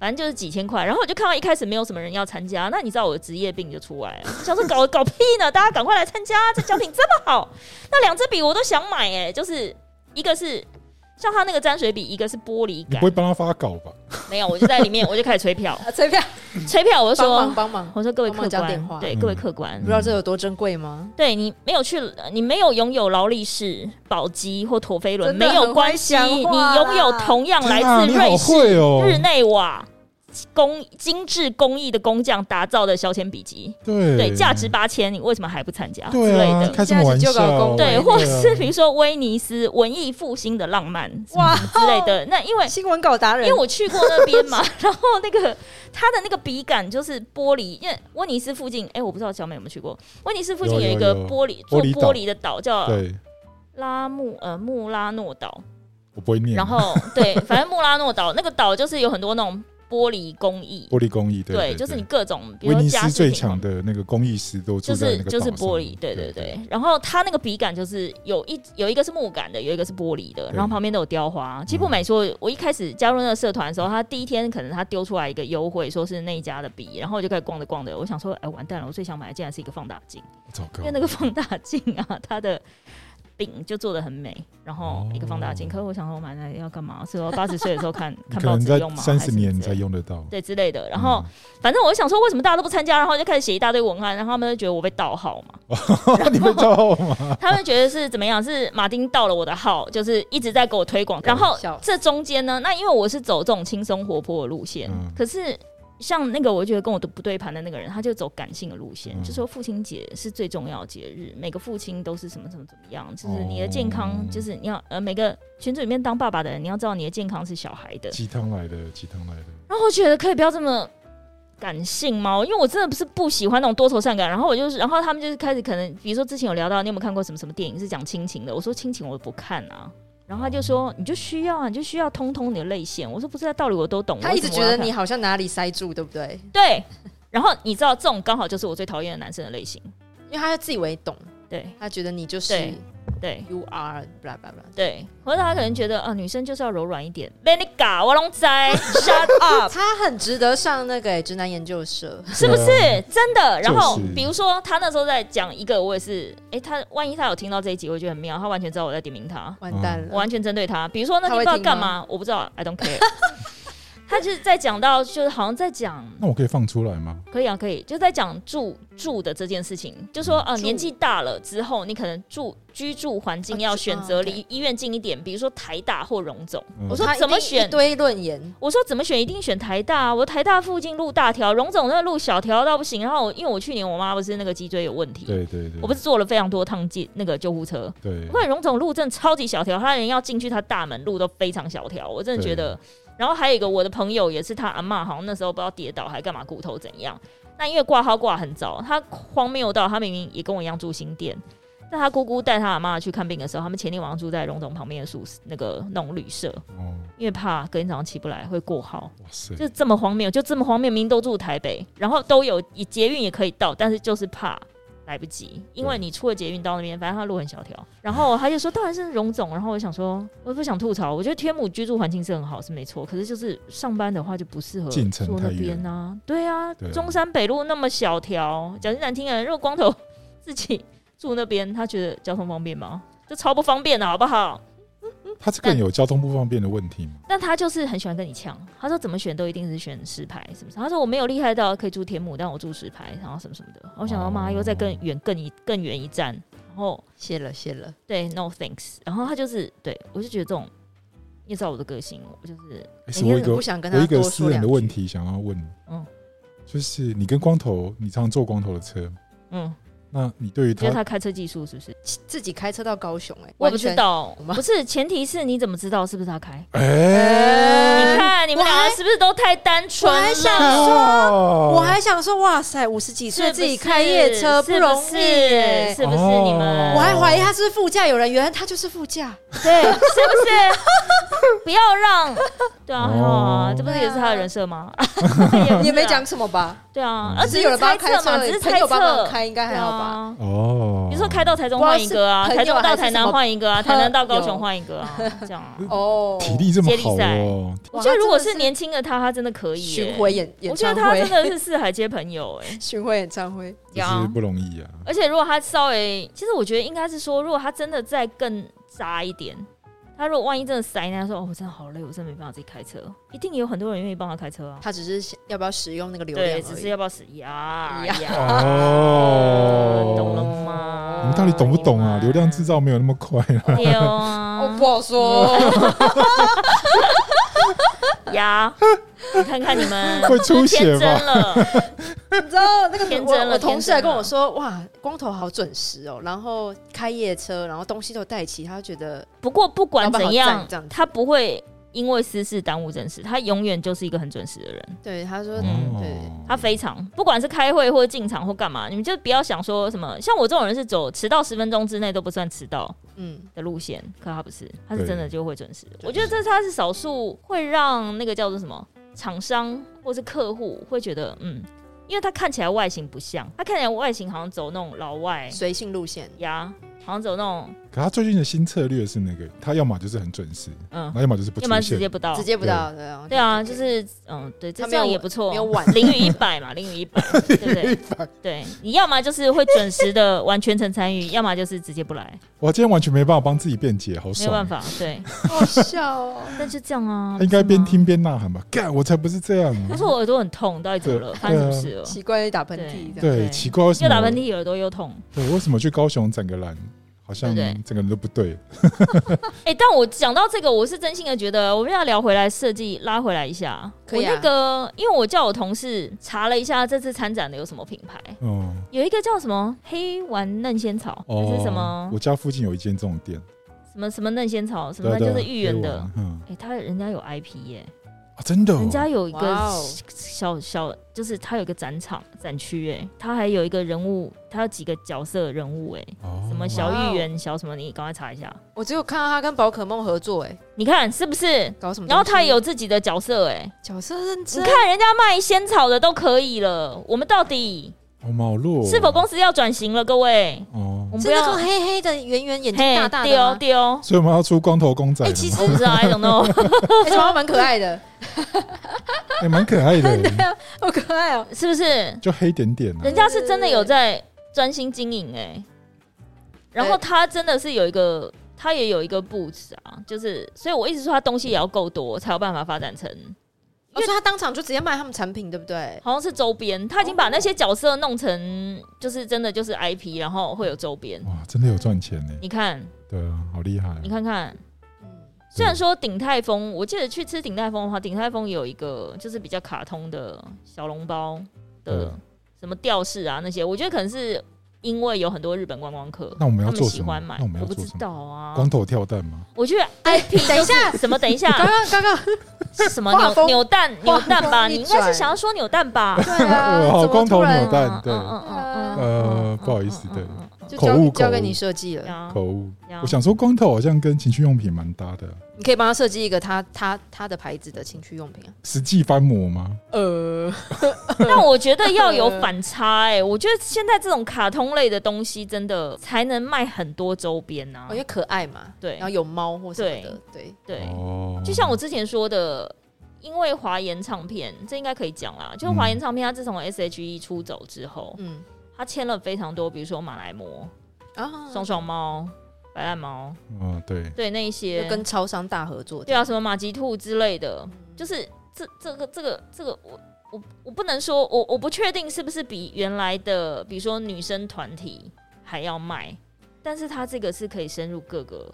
S3: 反正就是几千块，然后我就看到一开始没有什么人要参加，那你知道我的职业病就出来了，想说搞 搞屁呢，大家赶快来参加，这奖品这么好，那两支笔我都想买哎、就是一个是。像他那个沾水笔，一个是玻璃
S1: 你
S3: 感
S1: 不，会帮他发稿吧？
S3: 没有，我就在里面，我就开始吹票，
S2: 啊，催票
S3: 吹票，我就
S2: 帮忙
S3: 说，
S2: 帮忙，
S3: 我说各位
S2: 帮
S3: 客
S2: 忙讲电
S3: 官
S2: 话，
S3: 对
S1: 嗯
S3: 各位客官
S2: 不，知道这有多珍贵吗？
S3: 对你没有去，呃你没有拥有劳力士、宝玑或陀飞轮，
S2: 真
S3: 没
S2: 的
S3: 有
S2: 很
S3: 关
S2: 会
S3: 系，
S2: 讲
S3: 你
S2: 话
S3: 拥有同样来
S1: 天啊
S3: 自
S1: 你
S3: 瑞
S1: 好
S3: 士、
S1: 会哦，
S3: 日内瓦工精致工艺的工匠打造的削铅笔机，
S1: 对
S3: 对，价值八千，你为什么还不参加之
S1: 对
S3: 类
S1: 啊，
S3: 的？
S1: 开什么玩
S2: 价值就搞
S1: 笑？
S2: 公
S3: 对，
S2: 对
S3: 或者
S1: 啊
S3: 是比如说威尼斯文艺复兴的浪漫
S2: 哇，
S3: 之类的，那因为
S2: 新闻稿达人，
S3: 因为我去过那边嘛， 然后那个它的那个笔杆就是玻璃，因为威尼斯附近，哎、我不知道小美有没有去过，威尼斯附近
S1: 有
S3: 一
S1: 有
S3: 个
S1: 有
S3: 玻璃
S1: 玻
S3: 做
S1: 璃岛
S3: 玻璃的岛叫
S1: 对，
S3: 拉穆呃穆拉诺岛，
S1: 我不会念，
S3: 然后对，反正穆拉诺岛那个岛就是有很多那种玻璃工艺，
S1: 玻璃工艺，
S3: 对，
S1: 对，
S3: 就是你
S1: 对
S3: 各种，比
S1: 威
S3: 如说
S1: 尼
S3: 家
S1: 斯
S3: 饰
S1: 最
S3: 品
S1: 强的那个工艺师都住
S3: 就
S1: 在
S3: 是
S1: 那个
S3: 就是
S1: 岛上
S3: 玻璃，对对对
S1: 对。。
S3: 然后它那个笔杆就是有一有一个是木杆的，有一个是玻璃的，
S1: 对
S3: 然后旁边都有雕花。吉普美说，我一开始加入那个社团的时候，他第一天可能他丢出来一个优惠，说是那一家的笔，然后我就开始逛着逛着，我想说，哎，完蛋了，我最想买的竟然是一个放大镜，
S1: 糟糕
S3: 因为那个放大镜啊，它的。柄就做的很美，然后一个放大镜。
S1: 哦
S3: 可是我想说，我买那要干嘛？是哦我八十岁的时候看
S1: 你
S3: 看
S1: 可
S3: 报
S1: 能
S3: 纸
S1: 在
S3: 用吗？
S1: 三
S3: 还
S1: 十
S3: 是
S1: 年
S3: 之
S1: 才
S3: 类
S1: 用得到。
S3: 对之类的。然后
S1: 嗯
S3: 反正我就想说，为什么大家都不参加？然后就开始写一大堆文案，然后他们就觉得我被盗号 嘛，
S1: 你们知道吗？
S3: 他们觉得是怎么样？是马丁盗了我的号，就是一直在给我推广。然后
S2: 笑
S3: 这中间呢，那因为我是走这种轻松活泼的路线，
S1: 嗯
S3: 可是。像那个我觉得跟我的不对盘的那个人，他就走感性的路线，
S1: 嗯
S3: 就说父亲节是最重要的节日，每个父亲都是什么什么怎么样，就是你的健康，
S1: 哦
S3: 就是你要呃每个群组里面当爸爸的人，你要知道你的健康是小孩的，
S1: 鸡汤来的，鸡汤来的，
S3: 然后我觉得可以不要这么感性吗？因为我真的不是不喜欢那种多愁善感。然后我就是，然后他们就是开始可能，比如说之前有聊到，你有没有看过什么什么电影是讲亲情的？我说亲情我不看啊。然后他就说：“你就需要啊，你就需要通通你的泪腺。”我说：“不啊是，道理我都懂。”
S2: 他
S3: 我
S2: 一直
S3: 怎
S2: 觉
S3: 么要
S2: 得
S3: 看
S2: 你好像哪里塞住，对不对？
S3: 对。然后你知道，这种刚好就是我最讨厌的男生的类型。
S2: 因为他自以为懂，
S3: 对
S2: 他觉得你就是
S3: 对对
S2: you are blah blah blah。
S3: 对，或者他可能觉得啊、女生就是要柔软一点。被你嘎，我龙仔，shut up，
S2: 他很值得上那个、欸、直男研究社，
S3: 是不
S1: 啊
S2: 啊
S3: 是真的？然后、
S1: 就是
S3: 比如说他那时候在讲一个，我也是，哎、他万一他有听到这一集，我觉得很妙，他完全知道我在点名他，
S2: 完蛋了。
S3: 我完全针对他。比如说那
S2: 嗯他
S3: 不
S2: 会
S3: 知道
S2: 听
S3: 干
S2: 吗
S3: 嘛，我不知道，I don't care。他就是在讲到，就是好像在讲
S1: 那我可以放出来吗？
S3: 可以啊，可以，就在讲住住的这件事情，就说呃，
S2: 嗯住
S3: 年纪大了之后，你可能住居住环境
S2: 哦
S3: 要
S2: 住
S3: 选
S2: 哦
S3: 择
S2: ，OK
S3: 离医院近一点，比如说台大或荣总。
S1: 嗯
S3: 我说
S2: 他一
S3: 怎么
S2: 定
S3: 选
S2: 一堆论言？
S3: 我说怎么选，一定选台大、啊。我台大附近路大条，荣总那路小条到不行。然后我因为我去年我妈不是那个脊椎有问题，
S1: 对对对，
S3: 我不是坐了非常多趟救那个救护车。
S1: 对
S3: 我看荣总路真的超级小条，他连要进去他大门路都非常小条，我真的觉得。然后还有一个我的朋友也是他阿嬷，好像那时候不知道跌倒还干嘛骨头怎样。那因为挂号挂很早，他荒谬到他明明也跟我一样住新店，但他姑姑带他阿嬷去看病的时候，他们前天晚上住在荣总旁边的宿舍那个那种旅社，
S1: 哦，
S3: 因为怕隔天早上起不来会过号。
S1: 哇塞，
S3: 就这么荒谬，就这么荒谬，明明都住台北，然后都有以捷运也可以到，但是就是怕来不及，因为你出了捷运到那边，反正它路很小条。然后他就说，当然是荣总。然后我想说，哦我不想吐槽，我觉得天母居住环境是很好，是没错，可是就是上班的话就不适合
S1: 进城
S3: 住那
S1: 太远
S3: 边啊。对啊，
S1: 对啊
S3: 中山北路那么小条，讲句难听的，如果光头自己住那边，他觉得交通方便吗？这超不方便的，好不好？
S1: 他这个人有交通不方便的问题吗？
S3: 但他就是很喜欢跟你呛，他说怎么选都一定是选石牌，是不是？他说我没有厉害到可以住天母，但我住石牌，然后什么什么的。我想到妈
S1: 哦
S3: 又再更远更一更远一站，然后
S2: 谢了谢了，
S3: 对 no thanks，然后他就是对我就觉得这种，你也知道我的个性，我就是
S1: 诶是我哎一
S3: 每
S1: 个
S3: 天
S2: 不想跟
S1: 我
S2: 他
S1: 一个
S2: 多
S1: 私
S2: 说
S1: 人
S2: 两
S1: 的
S2: 句。
S1: 问题想要问，
S3: 嗯
S1: 就是你跟光头，你常坐光头的车，
S3: 嗯，
S1: 那你对于
S3: 你觉得
S1: 他
S3: 他开车技术是不是？
S2: 自己开车到高雄、欸，哎，
S3: 我不知。道
S2: 全，吗
S3: 不是前提是你怎么知道是不是他开？
S1: 哎，
S3: 你
S2: 哎
S3: 看你们
S2: 我还
S3: 两个是不是都太单纯
S2: 我还想
S3: 了？
S1: 说
S2: 我还想说，哇塞，五十几
S3: 是
S2: 岁
S3: 不
S2: 自己
S3: 是
S2: 开夜车
S3: 是不
S2: 容易、欸
S3: 是是不是你们？
S1: 哦
S2: 我还怀疑他是不是副驾有人，原来他就是副驾。
S3: 对，是不是？不要让，对啊，还好啊
S1: 哦，
S3: 这不是也是他的人设吗？
S2: 也
S3: 不
S2: 没
S3: 是啊
S2: 讲什么吧？
S3: 对啊，
S1: 嗯
S3: 而
S2: 只是有人帮他
S3: 猜
S2: 开
S3: 测嘛，
S2: 而已
S3: 只是
S2: 朋
S3: 猜
S2: 友帮忙
S3: 测，
S2: 开，应该
S3: 对
S2: 还好吧？哦
S3: 啊。
S1: 哦，
S3: 比如说开到台中换一个啊，
S2: 不知
S3: 台
S2: 道是朋友
S3: 中到
S2: 还是
S3: 台
S2: 什
S3: 南
S2: 么
S3: 换一个啊，台南到高
S2: 朋友
S3: 雄换一个啊，这 样啊。
S2: 哦，
S1: 体力这么好
S3: 接
S1: 哦，
S3: 我觉得如果是
S2: 年。
S3: 年轻的他，他真的可以耶
S2: 巡回演演
S3: 我觉
S2: 唱
S3: 得他真的
S2: 会，
S3: 是四海街朋友哎，
S2: 巡回演唱会，
S1: 就
S3: 呀
S1: 是不容易啊。
S3: 而且如果他稍微，其实我觉得应该是说，如果他真的再更渣一点，他如果万一真的塞那，他说哦，我真的好累，我真的没办法自己开车，一定也有很多人愿意帮他开车啊。
S2: 他只是想要不要使用那个流 量
S3: 对，
S2: 而
S3: 只
S2: 已
S3: 是要不要死呀
S2: 呀
S1: 哦
S3: 懂了吗？
S1: 你们到底懂不懂
S3: 哎
S1: 啊？流量制造没有那么快啊。
S3: 丢
S2: 哦，
S3: 啊
S2: 不好说，
S3: 呀！你看看你们
S1: 会出血
S3: 天
S1: 吧
S3: 真了，
S2: 你知道那个
S3: 天
S2: 我
S3: 真了
S2: 我同事
S3: 天真
S2: 还
S3: 了
S2: 跟我说，哇，光头好准时哦，然后开夜车，然后东西都带齐，他觉得
S3: 不过不管怎
S2: 老板好
S3: 样
S2: 赞这样，子
S3: 他不会因为私事耽误正事，他永远就是一个很准时的人。
S2: 对，他说
S1: 哦
S3: 嗯他非常不管是开会或进场或干嘛，你们就不要想说什么。像我这种人是走迟到十分钟之内都不算迟到
S2: 嗯，
S3: 的路线，可他不是，他是
S1: 对
S3: 真的就会准时。我觉得这是他是少数会让那个叫做什么厂商或是客户会觉得嗯，因为他看起来外形不像，他看起来外形好像走那种老外
S2: 随性路线，
S3: 呀，好像走那种
S1: 可他最近的新策略是那个，他要么就是很准时，
S3: 嗯，
S1: 那要么就是不
S3: 要不然
S1: 出
S3: 直接
S1: 现。
S3: 不到
S2: 直。接不到对啊，
S3: 对啊，就是嗯，对，这
S2: 他
S3: 这
S2: 没有
S3: 样也不错
S2: 没有，晚
S3: 零与一百 嘛，零与一百，对不对？对，你要么就是会准时的完全程参与，要么就是直接不来，
S1: 我今天完全没办法帮自己辩解，好
S3: 没有
S1: 爽啊
S3: 办。法。 对，
S2: 好笑哦，
S3: 但就这样啊。
S1: 他应该
S3: 不是
S1: 边
S3: 吗。
S1: 听边呐喊吧？干，我才不是这样啊。
S3: 可是我耳朵很痛，到底怎么了？
S1: 对
S3: 发生什么事了？
S2: 奇怪打喷嚏这样，
S1: 对，
S3: 对
S1: 奇怪，为什
S3: 又
S1: 么
S3: 打喷？嚏，耳朵又痛。
S1: 对，为什么去高雄整个蓝，好像
S3: 对不
S1: 整个人都不对？
S3: 哎，但我讲到这个，我是真心的觉得，我们要聊回来设计，拉回来一下。
S2: 可
S3: 我
S2: 以啊
S3: 那个，因为我叫我同事查了一下这次参展的有什么品牌，
S1: 嗯，
S3: 有一个叫什么黑丸嫩仙草，还
S1: 哦，
S3: 是什么
S1: 我家附近有一间这种店，
S3: 什么什么嫩仙草，什
S1: 对
S3: 么
S1: 啊
S3: 就
S1: 对啊
S3: 是芋圆
S1: 黑
S3: 的
S1: 丸。嗯，
S3: 哎、他人家有 IP 耶、
S1: 啊，真的、哦，
S3: 人家有一
S2: 哇
S3: 个
S2: 哦
S3: 小小，就是他有一个展场展区，哎，他还有一个人物，他有几个角色人物，哎，
S1: 哦
S3: 什么小芋圆、小什么，你赶快查一下，
S2: 我只有看到他跟宝可梦合作、哎，
S3: 你看是不是？
S2: 搞什么东西？
S3: 然后他也有自己的角色，哎，
S2: 角色认
S3: 你
S2: 真，
S3: 看人家卖仙草的都可以了，我们到底
S1: 好毛弱哦，
S3: 是否公司要转型了？各位，
S1: 哦
S3: 我？们
S2: 是
S3: 不要
S2: 那种黑黑的、圆圆、眼睛
S3: 嘿
S2: 大大的
S3: 丢
S2: 吗，
S3: 丢，
S1: 所以我们要出光头公仔啊了
S2: 哎
S1: 吗，
S2: 其实
S3: 我不知道，I don't know，
S2: 哎，小猫蛮可爱的，
S1: 哎蛮可爱
S2: 对
S1: 的，
S2: 啊，好可爱哦、
S3: 是不是？
S1: 就黑点点啊
S3: 人家是真的有在专心经营哎、然后他真的是有一个，他也有一个 boots 啊，就是，所以我一直说他东西也要够多，才有办法发展成，
S2: 我哦说他当场就直接卖他们产品，对不对？
S3: 好像是周边，他已经把那些角色弄成，就是真的就是 IP，然后会有周边。
S1: 哇，真的有赚钱呢，
S3: 你看，
S1: 对啊，好厉害啊，
S3: 你看看，
S2: 嗯，
S3: 虽然说鼎泰丰，我记得去吃鼎泰丰的话，鼎泰丰有一个就是比较卡通的小笼包的
S1: 嗯
S3: 什么吊饰啊那些，我觉得可能是因为有很多日本观光客，
S1: 那我们要
S3: 他们
S1: 做
S3: 喜
S1: 什
S3: 欢
S1: 么？
S3: 买，
S1: 那我们要
S3: 不
S1: 做
S3: 知
S1: 什么？
S3: 道啊。
S1: 光头跳蛋吗？
S3: 我觉得
S2: 哎，等一下，
S3: 什么？等一
S2: 刚
S3: 下，
S2: 刚刚刚，
S3: 什么
S2: 画
S3: 扭
S2: 风
S3: 扭蛋扭
S2: 画
S3: 蛋吧？
S2: 风一
S3: 你应该是
S2: 转
S3: 想要说扭蛋吧？ 嗯
S2: 对啊，
S1: 哇
S2: 怎么
S1: 光头
S2: 突 然
S1: 扭蛋对呃
S3: 呃
S1: 不好意思对
S2: 就
S1: 口
S2: 交
S1: 误
S2: 交
S1: 口
S2: 给
S1: 误
S2: 你设计了，
S3: 啊
S1: 口误，我想说光头好像跟情趣用品蛮搭的，
S2: 你可以帮他设计一个他他他的牌子的情趣用品啊。
S1: 实际翻模吗？
S2: 呃，
S3: 但我觉得要有反差哎、我觉得现在这种卡通类的东西真的才能卖很多周边呐、
S2: 哦因为可爱嘛，
S3: 对
S2: 然后有猫或什么的，对，
S3: 对，
S1: 哦，
S3: 就像我之前说的，因为华研唱片，这应该可以讲啦。
S1: 嗯
S3: 就是华研唱片，它自从 S.H.E 出走之后，
S2: 嗯
S3: 它签了非常多，比如说马来貘、
S2: 啊，
S3: 双双猫、白烂猫，
S1: 嗯，对，
S3: 嗯对那一些
S2: 就跟超商大合作，
S3: 对啊，什么马吉兔之类的，
S2: 嗯，
S3: 就是这这个这个这个，我我我不能说，我我不确定是不是比原来的，比如说女生团体还要卖，但是它这个是可以深入各个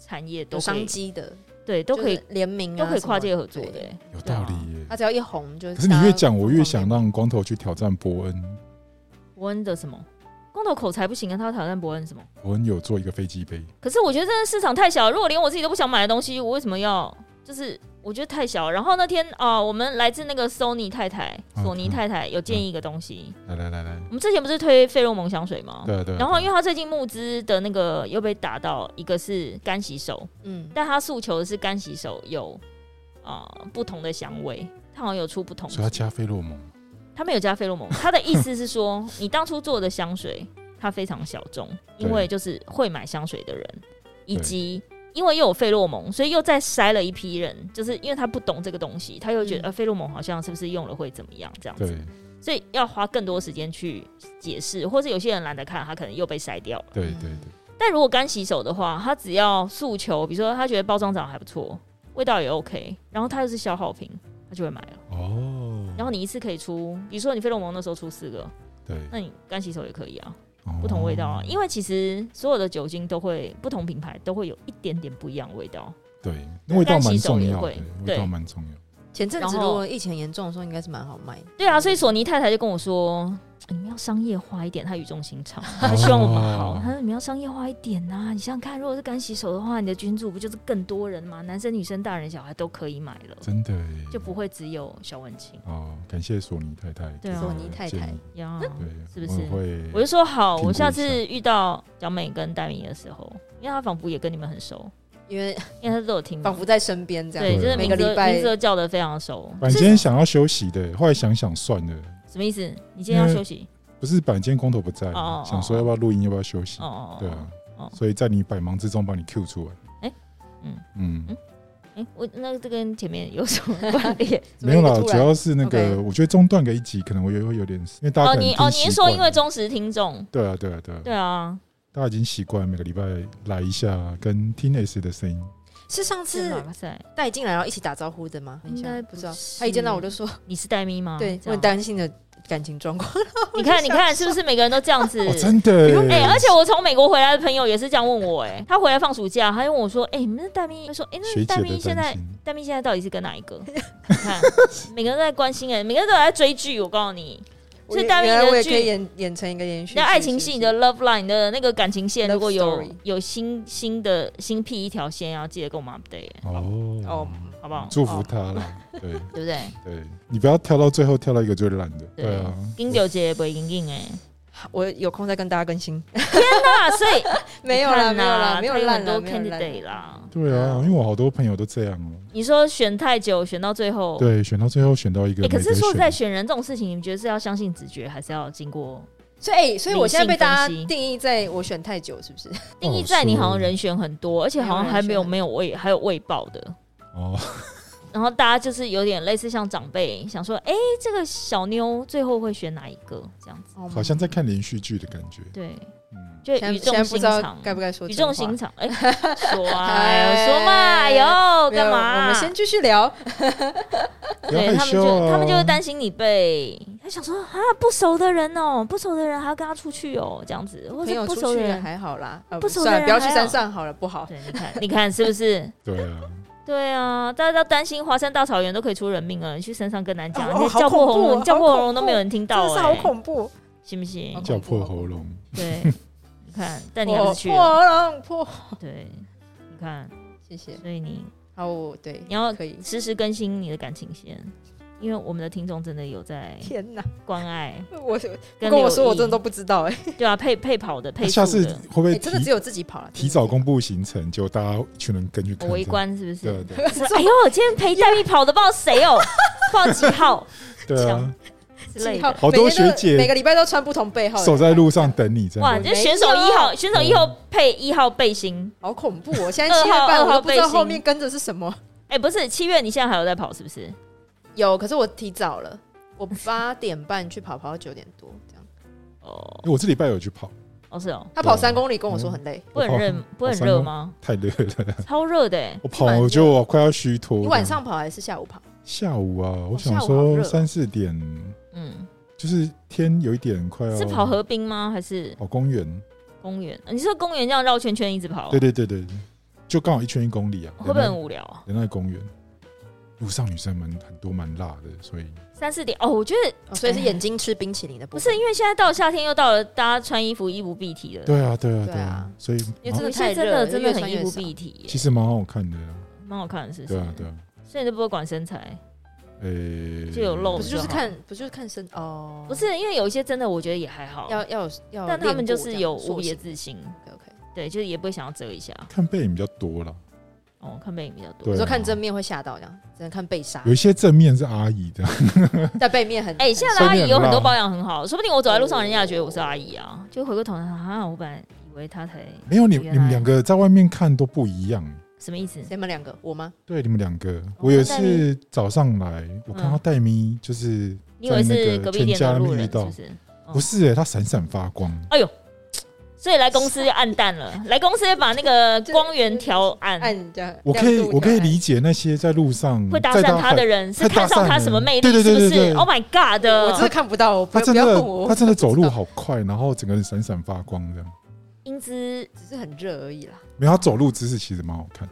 S3: 产业都可
S2: 有
S3: 以
S2: 商机的，
S3: 对，都可以、
S2: 就是联名啊，
S3: 都可以跨界合
S2: 什
S3: 作
S2: 么
S3: 的、
S2: 对
S3: 欸
S1: 有道理耶
S2: 他。只要一红就。
S1: 可是你越讲，我越想。让光头去挑战伯恩。
S3: 伯恩的什么光头口才不行啊，他要挑战伯恩什么？
S1: 伯恩有做一个飞机杯，
S3: 可是我觉得这个市场太小，如果连我自己都不想买的东西，我为什么要？就是我觉得太小。然后那天啊、我们来自那个 Sony 太太，
S1: 嗯
S3: 索尼
S1: 嗯
S3: 太太有建议一个东西，
S1: 来来来来，
S3: 我们之前不是推费洛蒙香水吗？
S1: 对啊对啊。
S3: 哦然后，因
S1: 又
S3: 为他最近募资的那个又被打到，一个是干洗手，
S2: 嗯，
S3: 但他诉求的是干洗手有啊、呃不同的香味，他好像有出不同
S1: 所以要
S3: 的。
S1: 加费洛蒙，
S3: 他没有加费洛蒙，他的意思是说，你当初做的香水它非常小众，因为就是会买香水的人，以及因为又有费洛蒙，所以又再筛了一批人，就是因为他不懂这个东西，他又觉得
S2: 嗯
S3: 呃费洛蒙好像是不是用了会怎么样这样子，
S1: 对
S3: 所以要花更多时间去解释，或是有些人懒得看，他可能又被筛掉了。
S1: 对对对，
S3: 但如果干洗手的话，他只要诉求，比如说他觉得包装长得还不错，味道也 OK，然后他又是消耗品，他就会买了。
S1: 哦，
S3: 然后你一次可以出，比如说你费洛蒙那时候出四个，
S1: 对
S3: 那你干洗手也可以啊，
S1: 哦
S3: 不同味道啊。因为其实所有的酒精都会，不同品牌都会有一点点不一样的味道。
S1: 对，那味道蛮重要
S3: 干洗手也
S1: 的
S3: 会，
S1: 味
S3: 对
S1: 道蛮重要的。
S2: 前阵子
S3: 然
S2: 如
S3: 后
S2: 果疫情严重的时候，应该是蛮好卖的。
S3: 对啊，所以索尼太太就跟我说。哎你们要商业化一点，他语重心长，他 希望我们好
S1: 哦。
S3: 他说你们要商业化一点呐、你想想看，如果是干洗手的话，你的群主不就是更多人吗？男生、女生、大人、小孩都可以买了。
S1: 真的耶
S3: 就不会只有小文青
S1: 哦，感谢索尼太太，
S3: 对啊
S2: 索尼太太
S3: 呀。
S1: 对，
S3: 是不
S1: 我
S3: 是
S1: 会，
S3: 我就说好，
S1: 苹果
S3: 我下次遇到小美跟戴明的时候，因为她仿佛也跟你们很熟，
S2: 因为
S3: 因为她都有听嘛，
S2: 仿佛在身边这
S3: 嗯
S2: 样。
S3: 对，
S1: 对啊
S3: 就是
S1: 每
S3: 名
S1: 个
S3: 字
S2: 礼拜
S3: 名字都叫的非常熟。
S1: 本来今天想要休息的，后来想想算了，
S3: 什么意思？你今天要
S1: 因为
S3: 休息？
S1: 不是本来今天光头不在
S3: 哦哦，
S1: 想说要不要录音，要不要休息
S3: 哦，哦
S1: 对
S3: 哦
S1: 啊
S3: 哦，
S1: 所以在你百忙之中把你 Q 出来。
S3: 哎嗯
S1: 嗯，
S3: 哎，我那这跟前面有什么关 联？
S2: 怎
S1: 没
S2: 么
S1: 有
S2: 一
S1: 啦
S2: 个，突
S1: 主
S2: 然
S1: 要是那
S2: OK
S1: 个，我觉得中断个一集可能我也会有点，因为大家
S3: 哦，
S1: 可能
S3: 你
S1: 听
S3: 哦，
S1: 习
S3: 你是说
S1: 惯
S3: 因为忠实听众？
S1: 对啊对啊对啊
S3: 对，啊，
S1: 大家已经习惯每个礼拜来一下跟听 S 的声音，
S2: 是上次
S3: 啊哇塞，
S2: 带进来然后一起打招呼的吗？
S3: 应该
S2: 不知道
S3: 不。是
S2: 他一见到我就说，
S3: 你是戴咪吗？
S2: 对
S3: 这样
S2: 我很担心的感情状况。
S3: 你看，你看，是不是每个人都这样子？
S1: 哦，真的耶，
S3: 哎、而且我从美国回来的朋友也是这样问我、哎，他回来放暑假，他就问我说，哎、你们那戴咪，他说，哎、
S1: 学
S3: 那戴
S1: 姐
S3: 咪
S1: 的
S3: 现
S1: 担
S3: 在，
S1: 心，
S3: 戴咪现在到底是跟哪一个？你看， 每个人都在关心、哎，每个人都有在追剧，我告诉你，所以大明
S2: 原来
S3: 的
S2: 我也可
S3: 剧
S2: 以演演成一个延续剧。
S3: 那爱情
S2: 是
S3: 戏、
S2: 不
S3: 你
S2: 是
S3: 的 love line、你的那个感情线，
S2: Love
S3: 如果有
S2: story
S3: 有新新的新辟一条线，要记得跟我们 update，、哎
S1: 哦
S2: 哦，
S3: 好不好？
S1: 祝福
S3: 哦
S1: 他啦。对
S3: 对不对？
S1: 对，你不要挑到最后挑到一个最烂的。
S3: 对
S1: 对啊，
S3: 金九姐不会硬硬 哎，
S2: 我有空再跟大家更新。
S3: 那所以
S2: 没有啦，
S3: 你
S2: 没
S3: 看
S2: 有
S3: 啦
S2: 啦，没有
S3: 他有
S2: 烂
S3: 很多
S2: 啦，没有烂
S3: candidate 啦。
S1: 对啊，因
S3: 嗯
S1: 为我好多朋友都这样哦。
S3: 你说选太久，选到最后，
S1: 对，选到最后选到一个
S3: 哦
S1: 没
S3: 哎，可
S1: 得选。
S3: 是说实在，选人这种事情，你们觉得是要相信直觉，还是要经过
S2: 所以，哎所以我现在被大
S3: 理性
S2: 家
S3: 分析
S2: 定义在我选太久，是不是？
S3: 定义在你好像
S1: 是
S3: 人选很多，而且好像还没有没有未还有未报的。
S1: 哦，
S3: 然后大家就是有点类似像长辈想说，哎、这个小妞最后会选哪一个这样子？
S1: 好像在看连续剧的感觉。
S3: 对，
S1: 嗯，
S3: 就
S2: 现在
S3: 语
S2: 现
S3: 重
S2: 在不
S3: 心
S2: 知道
S3: 长，
S2: 该不该说
S3: 语
S2: 真
S3: 重
S2: 话
S3: 心长。 哎、说啊，哎
S2: 哎
S3: 呦说嘛，哎呦，
S2: 没有
S3: 干嘛、
S2: 我们先继续聊。
S1: 不要
S3: 对
S1: 害
S3: 他们
S1: 羞
S3: 就
S1: 哦。
S3: 他们就会担心你被，他想说啊，不熟的人哦、不熟的人还要跟他出去哦、这样子，或
S2: 朋
S3: 者
S2: 友
S3: 不
S2: 出
S3: 熟的
S2: 去也
S3: 人。
S2: 还好啦，呃
S3: 不熟的
S2: 算
S3: 人
S2: 了，不要去
S3: 还好
S2: 山上好了，不好。
S3: 对，你看，你看是不 是？
S1: 对 啊，
S3: 对啊，大家都担心华山大草原都可以出人命了，你去山上更难讲，
S2: 哦
S3: 人家
S2: 好
S3: 叫破
S2: 恐怖
S3: 喉
S2: 哦
S3: 咙，叫
S2: 好
S3: 破喉
S2: 恐
S3: 咙都没
S2: 怖
S3: 有人听
S2: 真
S3: 到、
S2: 的
S3: 欸，
S2: 是好恐怖，
S3: 信不信？
S2: 好恐怖
S1: 叫破喉咙。
S3: 对，你看，但你还
S2: 破
S3: 是去
S2: 哦破
S3: 了。
S2: 喉咙破，
S3: 对，你看，
S2: 谢谢。
S3: 所以你
S2: 好，我对，
S3: 你要
S2: 可以。
S3: 时时更新你的感情线，因为我们的听众真的有在
S2: 天哪，
S3: 关爱
S2: 我
S3: 跟
S2: 跟我说，
S3: 留意
S2: 我真的都不知道哎、
S3: 对啊，配配跑的
S1: 那
S3: 配
S1: 下
S3: 速
S1: 次
S3: 的，
S1: 会不
S2: 哎
S1: 会
S2: 真的只
S1: 提
S2: 有自己跑了，
S1: 提早公布行程，就大家一群人跟去看？
S3: 我围观是不
S1: 这样。
S3: 是？
S1: 对
S2: 真 的
S3: 说哎呦，今天陪黛玉跑的不知道谁 哦，不知道几号
S1: 对对啊
S3: 抢，之类
S2: 号
S3: 的。
S1: 好多
S2: 每天
S1: 学
S2: 都
S1: 姐
S2: 每个礼拜都穿不同背号，
S1: 守在路上，等你，真
S3: 哇，
S1: 的。
S3: 这选手一号，选手一
S1: 嗯
S3: 号配一号背心。
S2: 好恐怖、哦！现在
S3: 二
S2: 七月
S3: 号
S2: 半，
S3: 二
S2: 我
S3: 号
S2: 都不知道
S3: 背心
S2: 后面跟着是 什么。
S3: 哎，不是七月，你现在还有在跑是不是？
S2: 有，可是我提早了，我八点半去跑，跑到九点多这样。
S3: 哦，
S1: 我这礼拜有去跑，
S3: 哦是哦，
S2: 他跑
S1: 对啊
S2: 三公里跟我说很累，
S3: 不很热
S1: 我跑，嗯
S3: 不很
S1: 跑山
S3: 热
S1: 路
S3: 吗？
S1: 太累了。
S3: 超热的哎，
S1: 我跑，我觉得我快要虚脱
S2: 你
S1: 了。
S2: 晚上跑还是下午跑？
S1: 下午啊，我
S2: 哦
S1: 想
S2: 下午好热
S1: 说
S2: 哦
S1: 三四点，
S3: 嗯。
S1: 就是天有一点快要
S3: 是跑河滨吗？还是
S1: 跑公园，
S3: 公园？呃你是说公园这样绕圈圈一直
S2: 哦
S3: 跑，
S1: 对对对对，对就刚好一圈一公里啊。
S3: 会不会很无聊啊？
S1: 人在公园，路上女生蛮很多蛮辣的，所以
S3: 三四点哦，我觉得
S2: 哦所以是眼睛吃冰淇淋的部
S3: 不
S2: 分。
S3: 是，因为现在到了夏天又到了，大家穿衣服衣不蔽体了。
S1: 对啊对啊
S2: 对啊
S1: 对啊，所以
S2: 因
S1: 蛮
S2: 为这
S3: 有
S2: 个
S3: 些
S2: 太
S3: 真
S2: 热
S3: 的
S2: 了，
S3: 真的
S2: 越
S3: 很
S2: 穿
S3: 衣
S2: 越
S3: 不
S2: 少。
S3: 蔽体耶，
S1: 其实蛮好看的啊。
S3: 蛮好看的，是不是？
S1: 对啊对啊，
S3: 所以你都不会管身材，
S1: 诶，
S3: 就有露
S2: 哦不是就是
S3: 就好
S2: 看，不就是看身哦？
S3: 不是因为有一些真的我觉得也还好，
S2: 要要有要有练过这样，
S3: 但他们就是有无
S2: 塑
S3: 比的
S2: 形。
S3: 自信，
S2: OK OK，
S3: 对，啊就是也不会想要遮一下。
S1: 看背影比较多啦，
S3: 哦，看背影比较
S1: 对
S3: 多
S2: 有。时候
S1: 啊
S2: 看正面会吓到，这样只能看背杀
S1: 有，一些正面是阿姨的，
S2: 在背面很
S3: 哎，现在
S1: 收
S3: 的阿
S1: 敛
S3: 姨有很多
S1: 啦
S3: 保养很好，说不定我走在路上，人家也觉得我是阿姨啊，就回过头来啊，我本来以为她才
S1: 没有你
S3: 原
S1: 你
S3: 来
S1: 们两个在外面看都不一样。
S3: 什么意思？
S2: 谁们两个我吗？
S1: 对你们两个，
S3: 我
S1: 我有一
S3: 看戴咪
S1: 次早上来，我看
S3: 嗯
S1: 到戴咪就是
S3: 你以为是隔壁店的路人是
S1: 在那
S3: 不
S1: 个
S3: 是？哦
S1: 不是欸，她闪闪发光，
S3: 所以来公司就暗淡了，来公司 就把那个光源调暗。
S2: 按这样，
S1: 我可以
S2: 亮度
S1: 我可以
S2: 这样
S1: 理解那些在路上
S3: 会搭
S1: 在
S3: 讪他的
S1: 海，
S3: 人是
S1: 太搭
S3: 看上他
S1: 讪了
S3: 什么魅力，
S1: 对对
S3: 是
S1: 对
S3: 不
S1: 对对
S3: 是
S1: 对
S3: ？Oh my
S2: 我真的
S3: god！
S2: 看不到，我不
S1: 她
S2: 要不
S1: 真
S2: 要
S1: 的
S2: 问我，
S1: 她真的走
S2: 不
S1: 路
S2: 知道，
S1: 好快，然后整个人闪闪发光这样。
S3: 英姿，
S2: 只是很热而已啦。
S1: 没有，她走路姿势其实蛮好 看。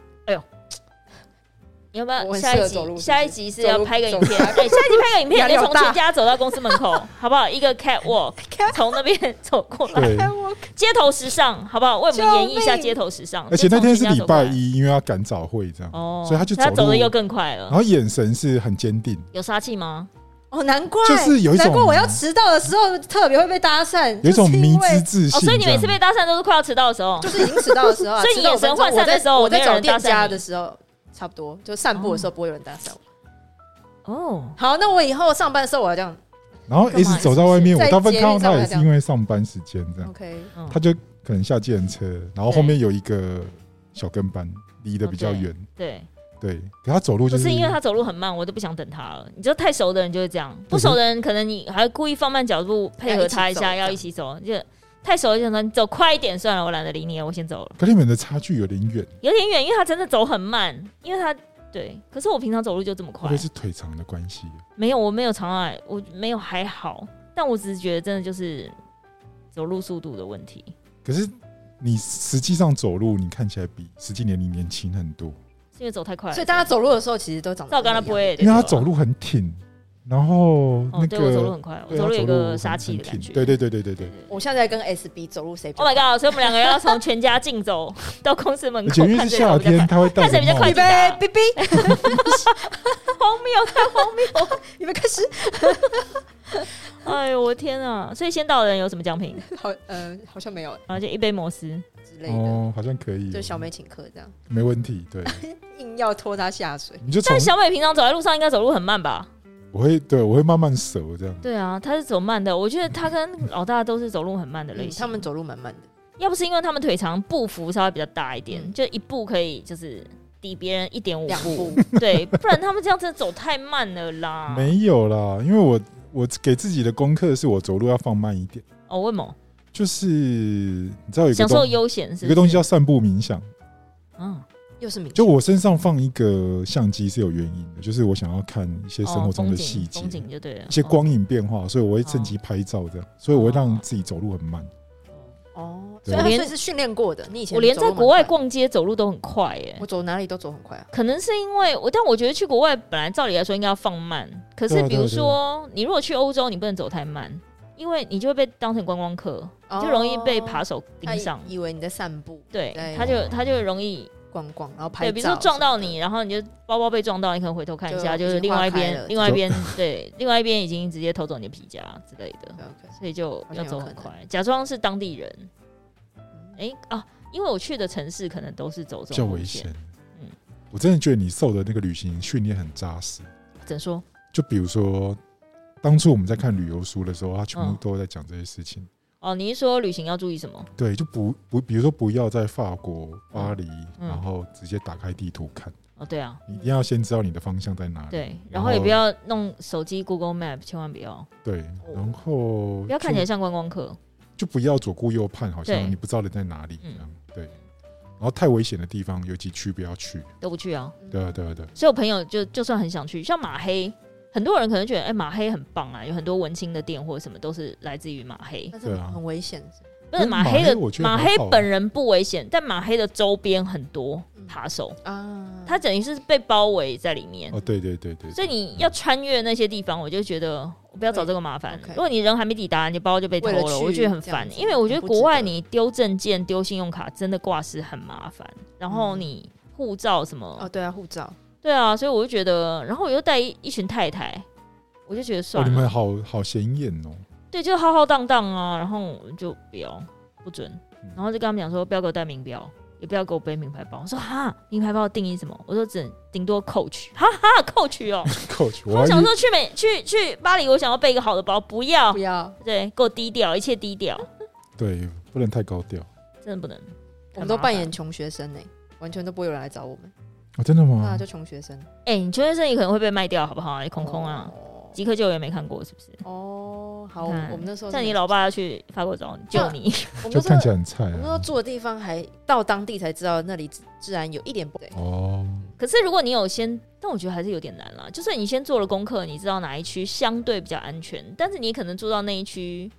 S3: 你要不
S2: 我
S3: 要
S2: 很
S3: 下
S2: 适
S3: 一
S2: 合走路
S3: 集？
S2: 是不是
S3: 下一集是要拍个影片，哎
S2: 走路走
S3: 对，
S2: 路
S3: 下一集拍个影片，
S2: 压
S3: 你
S2: 力
S3: 就
S2: 好
S3: 从
S2: 大
S3: 全家走到公司门口，好不好？一个 catwalk，从 那边走过来，
S1: 对，
S2: 哎，我
S3: 街头时尚，好不好？为我们演绎一下
S2: 救命
S3: 街头时尚。
S1: 而且那天是
S3: 就从全家
S1: 礼
S3: 走过来
S1: 拜，一，因为要赶早会这样，
S3: 哦，
S1: 所以他就
S3: 他
S1: 走
S3: 走的
S1: 路
S3: 又更快
S1: 然
S3: 了。
S1: 后眼神是很坚定。
S3: 有杀气吗？
S2: 哦，难怪，
S1: 就是有一种
S2: 难怪我要迟到的时候特别会被搭讪，
S1: 有一种
S2: 就是
S1: 迷
S2: 因
S1: 之
S2: 为
S1: 自信、
S3: 哦，所以你每次被搭讪都是快要迟到的时候
S2: 就。是已经迟到的时候 啊，
S3: 所以你
S2: 迟到
S3: 眼神
S2: 五分钟
S3: 涣散的时候
S2: 我在我
S3: 没有
S2: 在找
S3: 人搭讪
S2: 店
S3: 你
S2: 家的时候，差不多就散步的时候不会有人搭讪我。
S3: 哦，
S2: 好，那我以后上班的时候我要这样
S1: 然后
S3: 干嘛
S1: S 走在外面，
S2: 是不
S1: 我
S2: 是
S1: 大部分
S2: 在
S1: 看
S2: 捷
S1: 到
S2: 运上
S1: 他也
S2: 来
S1: 是
S2: 讲
S1: 因为上班时间这样，
S2: ，OK，
S3: 嗯
S1: 他就可能下计程车，然后后面有一个小跟班，离得比较远，
S3: 哦对，
S1: 对，可他走路
S3: 不
S1: 就是
S3: 因为他走路很慢，我都不想等他了。你知道太熟的人就会这样，不熟的人可能你还故意放慢脚步配合他一下，要
S2: 要
S3: 一
S2: 一
S3: 起走。就太熟了就想说你走快一点算了，我懒得理你了，我先走了。
S1: 跟你们的差距有点远，
S3: 有点远，因为他真的走很慢，因为他对。可是我平常走路就这么
S1: 会不
S3: 快
S1: 会，是腿长的关系？
S3: 没有，我没有常爱，我没有还好，但我只是觉得真的就是走路速度的问题。
S1: 可是你实际上走路，你看起来比实际年龄年轻很多，
S3: 是因为走太快了，
S2: 所以大家走路的时候其实都长得
S3: 照刚
S2: 一
S3: 才
S2: 样
S3: 不会，
S1: 因为他走路很挺，然后
S3: 啊哦，
S1: 那
S3: 对我走路
S1: 个
S3: 很快，我
S1: 对
S3: 走
S1: 他
S3: 路有一个
S1: 很
S3: 杀气
S1: 很
S3: 的感
S1: 挺
S3: 觉。
S1: 对对对对对对
S3: 对。对
S2: 我现在在跟 SB 走路谁比较
S3: Oh my god！所以我们两个人要从全家进走到公司门
S1: 而
S3: 口，
S1: 且因为
S3: 嗯看
S1: 是
S3: 谁
S1: 夏
S3: 走比较
S1: 天，
S3: 快
S1: 它会戴
S3: 看谁
S1: 着
S3: 比较
S1: 帽子
S3: 快
S2: 预
S3: 进啊
S2: 备，哔哔，
S3: 荒谬！啊
S2: 你们开始。
S3: 哎呦，我的天啊！所以先到的人有什么奖品？
S2: 好，呃，好像没有
S3: 然后就一杯摩斯，
S2: 之类的，
S1: 哦，好像可以哦，
S2: 就小美请客这样，
S1: 没问题。 对，
S2: 硬要拖她下水。
S1: 你就从
S3: 但小美平常走在路上应该走路很慢吧？
S1: 我会对我会慢慢熟这样。
S3: 对啊，她是走慢的。我觉得她跟老大都是走路很慢的类
S2: 嗯
S3: 型。
S2: 他们走路慢慢的，
S3: 要不是因为他们腿长，步幅稍微比较大一点，
S2: 嗯
S3: 就一步可以就是抵别人一点五
S2: 两
S3: 步，
S2: 步，
S3: 对，不然他们这样真的走太慢了啦。
S1: 没有啦，因为我我给自己的功课是我走路要放慢一点，
S3: 哦，为什么？
S1: 就是你知道有一个
S3: 享受
S1: 东
S3: 悠闲是不是
S1: 有一个东西叫散步冥想，
S3: 嗯
S2: 又是明
S1: 就我身上放一个相机是有原因的，就是我想要看一些生活中的
S3: 哦风景
S1: 细节，
S3: 风景哦就对了，
S1: 一些
S3: 哦
S1: 光影变化，所以我会趁机拍照这样，所以我会让自己走路很慢。
S2: 哦，
S1: 对
S2: 所以
S3: 我
S2: 他
S3: 连
S2: 算是训练过的。你以前
S3: 我连
S2: 走路
S3: 在
S2: 蛮
S3: 国外
S2: 快的，
S3: 逛街走路都很快耶、
S2: 我走哪里都走很快啊。
S3: 可能是因为我，但我觉得去国外本来照理来说应该要放慢，可
S1: 对
S3: 是
S1: 啊
S3: 比
S1: 对啊
S3: 如
S1: 对啊
S3: 说你如果去欧洲，你不能走太慢，因为你就会被当成观光客，
S2: 哦
S3: 就容易被扒手盯上
S2: 他。以以为你在散步，
S3: 对
S2: 在，
S3: 他就他就容易
S2: 逛逛，然后哎拍
S3: 对，
S2: 照。
S3: 比如说撞到，你，然后你就包包被撞到，你可能回头看一下，就
S2: 就已经
S3: 是另外一
S2: 划开了
S3: 边，另外一边 对，另外一边已经直接偷走你的皮夹之类 的，
S2: 对，OK
S3: 所以就
S2: 好
S3: 要
S2: 像
S3: 走
S2: 有可
S3: 很
S2: 能
S3: 快，假装是当地人。
S2: 嗯
S3: 哎、啊，因为我去的城市可能都是走这
S1: 较
S3: 种路
S1: 危
S3: 线。
S1: 险。
S3: 嗯
S1: 我真的觉得你受的那个旅行训练很扎实。
S3: 怎么说？
S1: 就比如说，当初我们在看旅游书的时候，他全部
S3: 嗯
S1: 都在讲这些事情。
S3: 哦，你是说旅行要注意什么？
S1: 对，就不不，比如说不要在法国巴黎，
S3: 嗯
S1: 然后直接打开地图看，
S3: 哦，对啊，
S1: 你一定要先知道你的方向在哪里。
S3: 对，
S1: 然
S3: 然
S1: 后
S3: 后也不要弄手机 Google Map，千万不要，
S1: 对，然后
S3: 不要看起来
S1: 就
S3: 像观光客。
S1: 就不要左顾右盼，好像
S3: 对
S1: 你不知道人在哪里
S3: 嗯
S1: 一样。对，然后太危险的地方，尤其去不要去。
S3: 都不去啊。
S1: 对啊，对啊，对啊，
S3: 所以我朋友就就算很想去，像马黑，很多人可能觉得哎、马黑很棒啊，有很多文青的店或者什么都是来自于马黑。
S2: 但是
S1: 对啊
S2: 很危险。
S3: 不是
S1: 嗯马
S3: 马
S1: 黑
S3: 黑的
S1: 我觉得
S3: 马
S1: 还
S3: 黑
S1: 好
S3: 本人不危险，但马黑的周边很多
S2: 嗯
S3: 扒手，
S2: 啊，
S3: 他等于是被包围在里面。
S1: 哦，对对对对，
S3: 所以你要穿越那些地方，我就觉得我不要找这个麻烦
S2: 对。，OK
S3: 如果你人还没抵达，你的包就被偷
S2: 为了
S3: 了，
S2: 去
S3: 我觉得很
S2: 这样
S3: 烦。
S2: 子
S3: 因为我觉得国外
S2: 很不值得
S3: 你丢证件、丢信用卡真的挂失很麻烦，然后
S2: 嗯
S3: 你护照什么，
S2: 哦，对啊，护照，
S3: 对啊，所以我就觉得，然后我又带一一群太太，我就觉得
S1: 哦，
S3: 算
S1: 你
S3: 了，
S1: 们好好显眼哦。
S3: 对，就浩浩荡荡啊，然后我就不要不准
S1: 嗯，
S3: 然后就跟他们讲说，不要给我带名表，也不要给我背名牌包。我说哈，名牌包的定义什么？我说只顶多 Coach，哈哈，Coach 哦。
S1: Coach，我
S3: 我
S1: 还以
S3: 想
S1: 为
S3: 说去美去去巴黎，我想要背一个好的包，不要
S2: 不，要，
S3: 对，给我低调，一切低调，
S1: 对，不能太高调。
S3: 真的不能。
S2: 我们都
S3: 很麻烦
S2: 扮演穷学生呢，欸完全都不会有人来找我们，
S1: 哦，真的
S2: 对啊，
S1: 吗
S2: 就？穷学生，
S3: 哎、你全身生意可能会被卖掉，好不好？你空空啊，
S2: 哦
S3: 即刻救援没看过是不是？
S2: 哦，好，我
S3: 你看
S2: 们我们那时候是
S3: 像你老爸要去法国找你救
S2: 那
S3: 你，
S2: 我们
S1: 就
S2: 那时候
S1: 看起来很菜
S2: 我们那时候
S1: 啊。
S2: 住的地方还到当地才知道那里治治安有一点不对，
S1: 哦，
S3: 可是如果你有先，但我觉得还是有点难啦。就算你先做了功课，你知道哪一区相对比较安全，但是你可能住到那一区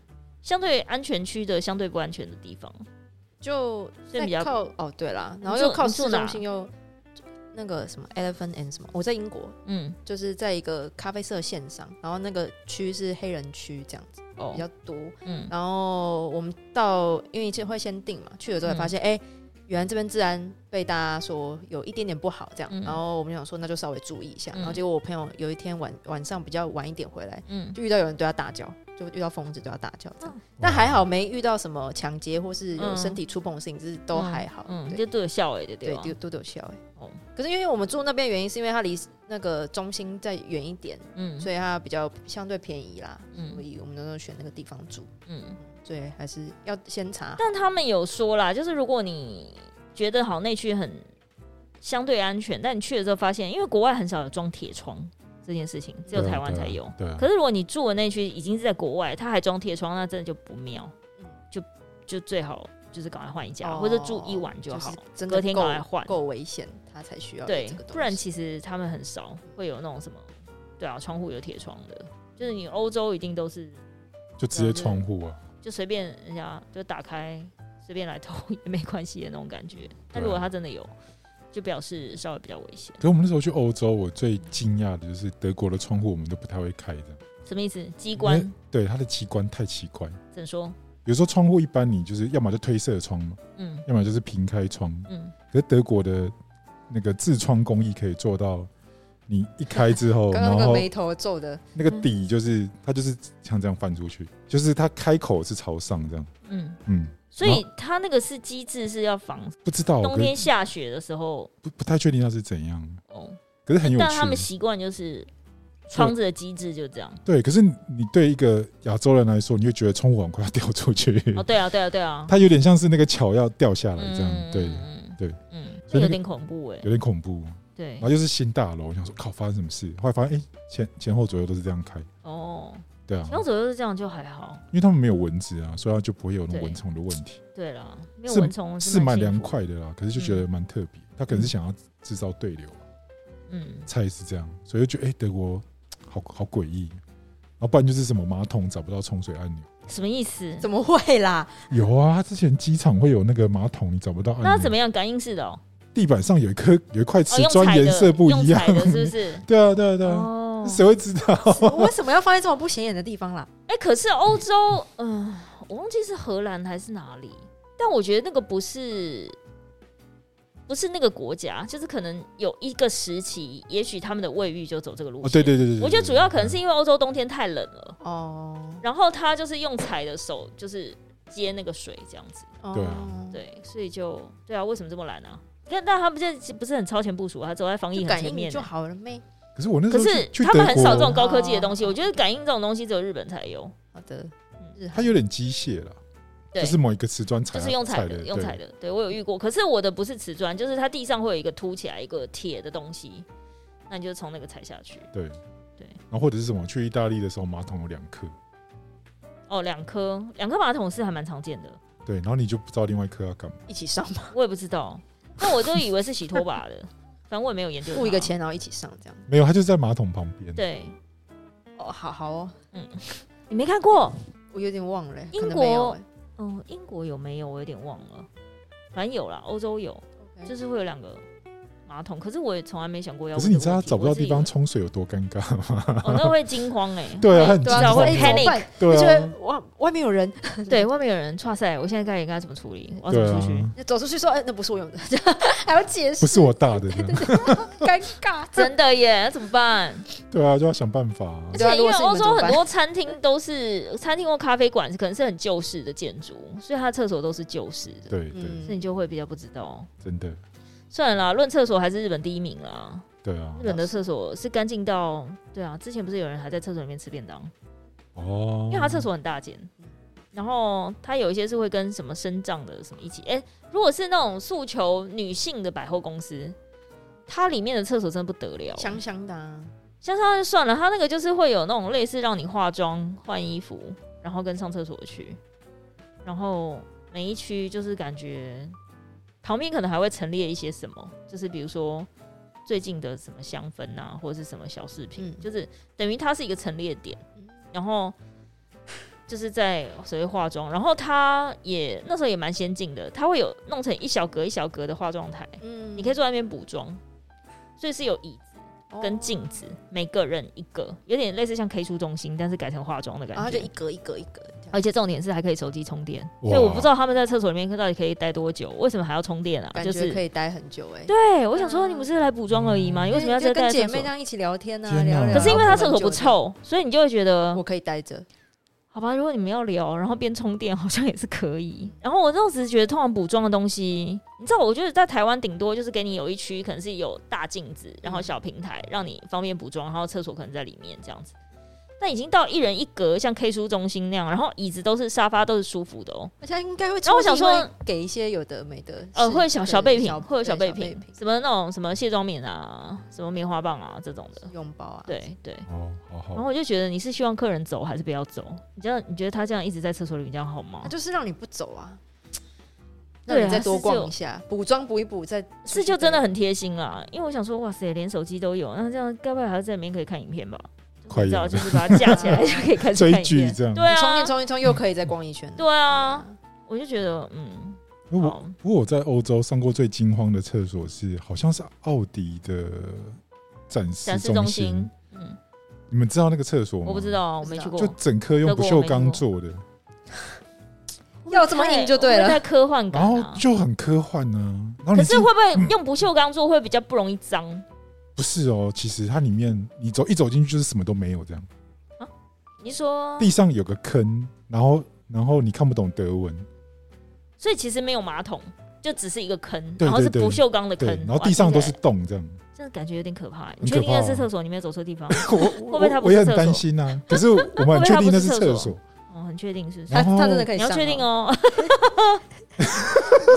S3: 相对安全区的相对不安全的地方，
S2: 就
S3: 所以比较
S2: 在靠哦对啦，然后
S3: 你住
S2: 又靠
S3: 你住
S2: 市
S3: 哪
S2: 中心又那个什么 Elephant and 什么，我在英国
S3: 嗯，
S2: 就是在一个咖啡色线上，然后那个区是黑人区这样子
S3: 哦
S2: 比较多，
S3: 嗯，
S2: 然后我们到因为就会先定嘛，去了之后才
S3: 嗯
S2: 发现哎。原来这边治安被大家说有一点点不好，这样，
S3: 嗯
S2: 然后我们想说那就稍微注意一下，
S3: 嗯
S2: 然后结果我朋友有一天晚晚上比较晚一点回来，
S3: 嗯，
S2: 就遇到有人对他大叫，就遇到疯子对他大叫这样。
S1: 那
S2: 但还好没遇到什么抢劫或是有身体触碰的事情，就是都还好。
S3: 嗯，
S2: 对
S3: 就都有效哎，对
S2: 对，
S3: 吧？
S2: 都都都有效哎。
S3: 哦
S2: 可是因为我们住那边的原因，是因为它离那个中心再远一点，
S3: 嗯
S2: 所以它比较相对便宜啦，所
S3: 嗯
S2: 以我们那时候选那个地方住，
S3: 嗯，
S2: 所以还是要先查。
S3: 但他们有说啦，就是如果你觉得好那区很相对安全，但你去了之后发现，因为国外很少有装铁窗这件事情，只有
S1: 对啊
S3: 台湾
S1: 对啊
S3: 才有。
S1: 对啊，
S3: 可是如果你住的那区已经是在国外，他还装铁窗，那真的就不妙
S2: 嗯，
S3: 就就最好就是赶快换一家，
S2: 哦
S3: 或者住一晚就好，
S2: 是真
S3: 隔
S2: 的
S3: 天
S2: 够
S3: 赶快换。
S2: 够危险，它才需要有
S3: 对
S2: 这个，东西
S3: 不然其实他们很少会有那种什么，对啊，窗户有铁窗的，就是你欧洲一定都是
S1: 就直接窗户啊。
S3: 就随便人家就打开，随便来偷也没关系的那种感觉。
S1: 对
S3: 但
S1: 啊
S3: 如果他真的有，就表示稍微比较危险。
S1: 可我们那时候去欧洲，我最惊讶的就是德国的窗户我们都不太会开的，
S3: 什么意思？机
S1: 因为
S3: 关
S1: 对它的机关太奇怪。
S3: 怎说？
S1: 比如说窗户一般你就是要么就推射窗嘛，
S3: 嗯
S1: 要么就是平开窗。
S3: 嗯，
S1: 可是德国的那个自窗工艺可以做到，你一开之 后，
S2: 刚刚
S1: 然
S2: 那个
S1: 后
S2: 眉头皱的，
S1: 那
S3: 嗯
S1: 个底就是它就是像这样翻出去，就是它开口是朝上这样。
S3: 嗯，
S1: 嗯，
S3: 所以它那个是机制是要防
S1: 不知道，
S3: 冬
S1: 可是
S3: 天下雪的时候
S1: 不不太确定它是怎样，
S3: 哦，
S1: 可是很有
S3: 但他们
S1: 趣。
S3: 习惯就是窗子的机制就这样。
S1: 对，可是你对一个亚洲人来说，你会觉得窗户很快要掉出去，
S3: 哦，对啊，对啊，对啊，
S1: 它有点像是那个桥要掉下来这
S3: 嗯
S1: 样，对，
S3: 嗯
S1: 对，
S3: 嗯，
S1: 所以那个
S3: 那有点恐怖哎
S1: 有，哎点恐怖。
S3: 对
S1: 然，后又是新大楼，我想说靠，发生什么事？后来发现，哎、前前后左右都是这样开，
S3: 哦，
S1: 对啊
S3: 前，后左右是这样就还好。
S1: 因为他们没有蚊子啊，所以它就不会有那
S3: 对
S1: 种蚊虫的问题，
S3: 对啦，没有
S1: 是
S3: 蚊虫
S1: 是蛮
S3: 蛮
S1: 凉
S3: 幸福的。
S1: 快的啦。可是就觉得蛮特别，他可能是想要制造对流，
S3: 嗯，
S1: 菜是这样，所以就觉得哎、诶德国好好诡异。然后不然就是什么马桶找不到冲水按钮，
S3: 什么意思？
S2: 怎么会啦？
S1: 有啊，之前机场会有那个马桶你找不到按钮，
S3: 哦那怎么样？感应式的哦，
S1: 地板上有一颗有一块
S3: 哦
S1: 瓷
S3: 用
S1: 砖
S3: 踩
S1: 颜
S3: 的
S1: 色不一样
S3: 用踩，的是不是？
S1: 对啊对啊对啊，
S3: 哦，
S1: 谁会知道？
S2: 为什么要放在这么不显眼的地方 啦？
S3: 哎、可是欧洲，嗯、我忘记是荷兰还是哪里，但我觉得那个不是，不是那个国家，就是可能有一个时期，也许他们的卫浴就走这个路线。
S1: 哦，对对对对，对
S3: 我觉得主要可能是
S1: 对
S3: 因为欧洲冬天太冷了，
S2: 哦，
S3: 然后他就是用踩的手就是接那个水这样子，
S1: 对啊
S2: 哦，
S3: 对，所以就对啊，为什么这么懒啊？但但他们现在不是很超前部署啊，他走在防疫
S2: 就
S3: 很
S2: 感
S3: 前
S2: 应
S3: 面
S2: 就
S3: 呢、
S2: 好了妹。
S1: 可是我那时
S3: 可
S1: 候
S3: 是
S1: 去去
S3: 他们
S1: 德
S3: 很少这
S1: 国
S3: 种高科技的东西，
S2: 哦
S3: 我觉得感应这种东西只有日本才有，
S2: 好的，日
S1: 它
S2: 韩
S1: 有点机械了，
S3: 对
S1: 就是某一个瓷砖踩
S3: 就
S1: 啊，
S3: 是用踩的，
S1: 对
S3: 用踩的。对我有遇过，可是我的不是瓷砖，就是它地上会有一个凸起来一个铁的东西，那你就从那个踩下去。
S1: 对
S3: 对
S1: 然后或者是什么？去意大利的时候，马桶有两颗，
S3: 哦，两颗两颗马桶是还蛮常见的，
S1: 对，然后你就不知道另外一颗要干嘛。
S2: 一起上嘛，
S3: 我也不知道，但我就以为是洗拖把的，反正我也没有研究。
S2: 付一个。钱然后一起上这样。
S1: 没有，它就是在马桶旁边。
S3: 对，
S2: 哦，好好哦，
S3: 你没看过？
S2: 我有点忘了欸，
S3: 英
S2: 可能没有
S3: 国
S2: 欸
S3: 哦，英国有没有？我有点忘了，反正有啦，欧洲有，
S2: OK
S3: 就是会有两个。马桶，可是我也从来没想过要
S1: 可
S3: 问
S1: 是你
S3: 这个问题。
S1: 知道他找不到
S3: 我自
S1: 地
S3: 己
S1: 方冲水有多尴尬吗？
S3: 哦，那会惊慌哎、
S1: 对啊，他很
S2: 对
S1: 惊
S2: 啊，
S3: 至
S2: 就
S3: 少
S2: 是
S3: 会
S1: 慌
S2: 哎，怎么
S3: panic
S2: 办
S1: 对啊，
S2: 就会外外面有人，
S3: 对，外面有人哇塞，我现在该应该怎么处理？我要怎
S1: 对
S3: 么出去？
S1: 啊，
S2: 你走出去说，哎，那不是我用的， 这样还要解释，
S1: 不是我大的，
S2: 尴尬。
S3: 真的耶，那怎么办？
S1: 对啊，就要想办法啊。
S3: 而
S2: 对啊
S3: 且因为欧洲
S2: 如果是你们怎么
S3: 很
S2: 办
S3: 多餐厅都是餐厅或咖啡馆，可能是很旧式的建筑，所以它的厕所都是旧式的，
S1: 对
S2: 嗯
S1: 对，
S3: 所以你就会比较不知道。
S1: 真的，
S3: 算了啦，论厕所还是日本第一名啦。
S1: 对啊
S3: 日，本的厕所是干净到，对啊，之前不是有人还在厕所里面吃便当，
S1: 哦
S3: 因为它厕所很大间，然后它有一些是会跟什么生障的什么一起。哎、如果是那种诉求女性的百货公司，它里面的厕所真的不得了，
S2: 香香的啊，
S3: 像上就算了，他那个就是会有那种类似让你化妆、换衣服，然后跟上厕所的区，然后每一区就是感觉旁边可能还会陈列一些什么，就是比如说最近的什么香氛啊，或者是什么小饰品，
S2: 嗯
S3: 就是等于它是一个陈列点
S2: 嗯，
S3: 然后。就是在所谓化妆，然后它也那时候也蛮先进的，它会有弄成一小格一小格的化妆台，
S2: 嗯
S3: 你可以坐在那边补妆，所以是有椅子跟
S2: 进，
S3: 镜子，每个人一个，有点类似像 K 出中心，但是改成化妆的感
S2: 然哦后就
S3: 觉
S2: 一。格一格一格这样，
S3: 而且重点是还可以手机充电，
S1: 哇
S3: 所以我不知道他们在厕所里面到底可以待多久，为什么还要充电啊？
S2: 感
S3: 就
S2: 觉
S3: 是
S2: 可以待很久哎。
S3: 对，我想说你不是来补妆而已吗？你为什么要
S2: 就
S3: 再
S2: 跟
S3: 待
S2: 姐
S3: 在
S2: 妹
S3: 厕
S2: 这
S3: 所？
S2: 样一起聊天啊？
S1: 天哪
S2: 聊聊。
S3: 可是因为他
S2: 聊聊
S3: 厕所不
S2: 很久这样，
S3: 臭，啊所以你就会觉得
S2: 我可以待着。
S3: 好吧，如果你们要聊，然后边充电，好像也是可以。然后我那时候只是觉得，通常补妆的东西，你知道，我觉得在台湾顶多就是给你有一区可能是有大镜子，然
S2: 嗯
S3: 后小平台，让你方便补妆，然后厕所可能在里面这样子。但已经到一人一格，像 K 书中心那样，然后椅子都是沙发都是舒服的哦、
S2: 而且应该会，
S3: 然后我想说，
S2: 给一些有的没的，
S3: 呃，
S2: 是
S3: 会有小
S2: 对
S3: 小备品，会有
S2: 对
S3: 小
S2: 小
S3: 备品，什么那种什么卸妆棉啊，什么棉花棒啊这种的，
S2: 用包啊，，
S3: 对对。
S1: 哦，好好
S3: 然后我就觉得你是希望客人走还是不要走？你这样你觉得他这样一直在厕所里面这样好吗
S2: 那？就是让你不走啊，让
S3: 对啊
S2: 你再多
S3: 是就
S2: 逛一下，补妆补一补，再
S3: 是就真的很贴心啦，因为我想说，哇塞，连手机都有，那这样该不会还要在里面可以看影片吧？
S1: 快
S3: 你知
S1: 有
S3: 道，
S1: 了
S3: 就是把它架起来就可 以开始看
S1: 追
S3: 影
S1: 剧
S3: 片。
S1: 这样
S3: 对
S2: 充电
S3: 啊，
S2: 充一充，又可以再逛一圈，
S3: 对啊，我就觉得，嗯，
S1: 因为我
S3: 好
S1: 不过我在欧洲上过最惊慌的厕所是，好像是奥迪的展示
S3: 展示中心，嗯，
S1: 你们知道那个厕所吗？
S3: 我不知，道，我没去
S2: 不
S3: 过
S1: 就，整颗用不
S3: 德国我
S1: 锈
S3: 没
S1: 钢
S3: 过
S1: 做的，
S2: 要怎么赢就对了
S3: 会不会太科幻感
S1: 然
S3: 啊
S1: 后。就很科幻呢、然后
S3: 可
S1: 你
S3: 是
S1: 进
S3: 会不会用不锈钢做会比较不容易脏？
S1: 不是哦，其实它里面你走一走进去就是什么都没有，这样
S3: 你说，
S1: 地上有个坑，然后然后你看不懂德文，
S3: 所以其实没有马桶，就只是一个坑，
S1: 对
S3: 然后是
S1: 对对
S3: 不锈钢的坑
S1: 对，，然后地上都是洞，这 样。
S3: 哇，真的感觉有点可怕欸。
S1: 很
S3: 你
S1: 可怕啊
S3: 确定那是厕所？你没有走错地方？
S1: 我
S3: 不会它
S1: 我
S3: 不
S1: 我
S3: 是
S1: 也很
S3: 厕所
S1: 担心啊，可是我们很
S3: 会
S1: 确
S3: 不
S1: 定那
S3: 会它不
S1: 是
S3: 是
S1: 厕
S3: 厕所
S1: 所，
S3: 哦，很确定是不是？
S2: 他
S1: 然后
S2: 他真的可以
S3: 你
S2: 上
S3: 要
S2: 哦，
S3: 确定哦，你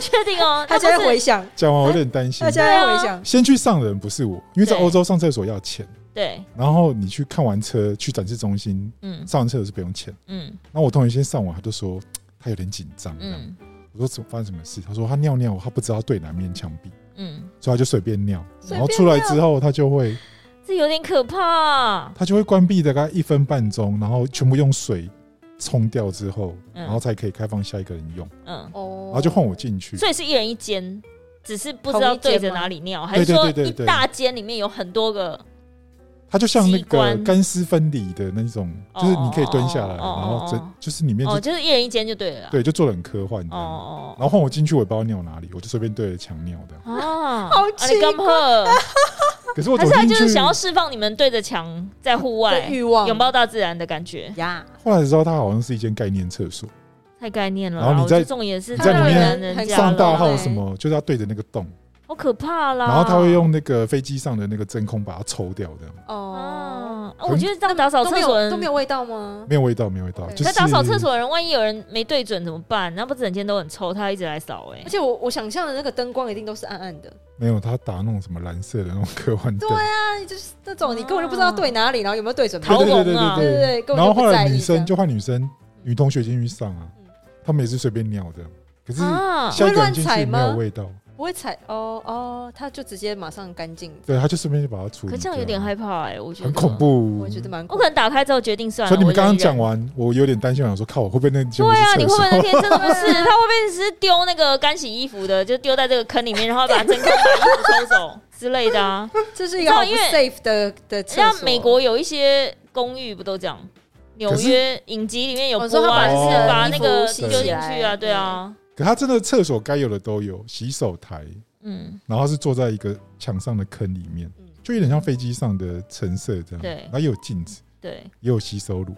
S3: 确定哦，它
S2: 他现在
S3: 不是啊
S2: 回想，
S1: 讲完我有点担心
S2: 他。现在回想，
S1: 先去上的人不是我，因为在
S3: 哎对
S1: 欧洲上厕所要钱，
S3: 对，
S1: 然后你去看完车去展示中心
S3: 嗯
S1: 上完厕所是不用钱。
S3: 嗯
S1: 然后我同学先上完，他就说嘖他有点紧张，这样。
S3: 嗯
S1: 我说怎么发生什么事？他说他尿尿，他不知道对哪面墙壁，
S3: 嗯，
S1: 所以他就随便尿，
S2: 随
S1: 然
S2: 便
S1: 后出
S3: 啊
S1: 来之后他就会
S3: 这有点可怕。
S1: 它就会关闭大概一分半钟，然后全部用水冲掉之后，
S3: 嗯
S1: 然后才可以开放下一个人用，
S3: 嗯，
S2: 哦，
S1: 然后就换我进去。
S3: 所以是一人一间，只是不知道对着哪里尿，还是
S1: 对对
S3: 说
S1: 对对
S3: 一
S1: 对
S3: 大间里面有很多个？
S1: 它就像那
S3: 机
S1: 个
S3: 关
S1: 干湿分离的那种，
S3: 哦
S1: 就是你可以蹲下来，
S3: 哦哦
S1: 然后
S3: 哦
S1: 这
S3: 哦
S1: 就是里面
S3: 哦，
S1: 就
S3: 就是一人一间就对了啦。
S1: 对，就做的很科幻这
S3: 哦
S1: 样。
S3: 哦
S1: 然后换我进去，我也不知道尿哪里，我就随便对着墙尿的。
S3: 哦啊，
S2: 好
S3: 啊
S2: 奇
S3: 你干嘛？
S1: 可是我
S3: 还
S1: 走
S3: 是他
S1: 进
S3: 就
S1: 去
S3: 是，想要释放你们对着墙在户
S2: 这
S3: 外
S2: 欲望
S3: 拥抱大自然的感觉，
S2: 呀，
S1: 后来知道它好像是一间概念厕所，
S3: 太概念了啦。
S1: 然后你
S3: 我
S1: 在
S3: 这种也是
S1: 你在
S3: 太
S1: 里面
S3: 难人家
S1: 上大
S3: 了，
S1: 号什么就是要对着那个洞，
S3: 好可怕啦。
S1: 然后他会用那个飞机上的那个真空把它抽掉，这样
S2: 哦，
S3: 啊，啊
S1: 很
S3: 我觉得这样打扫
S2: 都没
S3: 厕所嗯的
S2: 有
S3: 人
S2: 都没有味道吗？
S1: 没有味道，没有味道。
S2: 对
S1: 就是
S3: 那打扫厕所的人，万一有人没对准怎么办？那不整间都很臭，他一直来扫哎、
S2: 而且我我想象的那个灯光一定都是暗暗的，
S1: 没有，他打那种什么蓝色的那种科幻灯
S2: 对。啊，就是那种你根本就不
S3: 哦
S2: 知道对哪里，然后有没有对准，
S3: 陶
S2: 对
S3: 龙啊
S1: 对对对
S2: 对对，根
S1: 然
S2: 本
S1: 后
S2: 就
S1: 后
S2: 不在
S1: 来
S2: 意
S1: 女
S2: 这样。
S1: 生就换女生，女同学进去上啊
S2: 嗯，
S1: 她们也是随便尿的，可是
S3: 啊，
S1: 下一个人进
S2: 不会
S1: 去
S2: 乱踩
S1: 没
S2: 吗
S1: 有味道，
S2: 不会踩哦哦，他就直接马上干净，
S1: 对，她就顺便就把它处理
S3: 可
S1: 掉。
S3: 这样有点害怕哎、我觉得
S1: 很恐。怖。
S2: 我觉得蛮
S3: 我
S2: 恐
S3: 可能打开之后决定算了。
S1: 所以你们
S3: 我忍
S1: 刚
S3: 一
S1: 刚讲，
S3: 忍
S1: 完，我有点担心，我想说靠，我会不会那节目
S3: 对啊，
S1: 是
S3: 你
S1: 厕
S3: 会不会
S1: 所？
S3: 那天真的不 是？他会不会只是丢那个干洗衣服的，就丢在这个坑里面，然后把真空把衣服抽走之类的啊？
S2: 怖，这是一个好不
S3: 你知道
S2: safe 的的厕
S3: 像
S2: 所。
S3: 美国有一些公寓不都这样？纽
S1: 可是
S3: 约影集里面有
S2: 哦你
S3: 播
S2: 说他
S3: 啊，
S1: 把
S3: 就是
S1: 那个
S3: 把那
S2: 衣服
S3: 个
S2: 洗
S3: 丢进
S2: 起
S3: 去
S2: 来
S3: 啊，对啊，
S1: 可她真的厕所该有的都有，洗手台，
S3: 嗯，
S1: 然后是坐在一个墙上的坑里面
S2: 嗯，
S1: 就有点像飞机上的橙色这样。
S3: 对
S1: 然后也有镜子，
S3: 对。
S1: 也有洗手乳，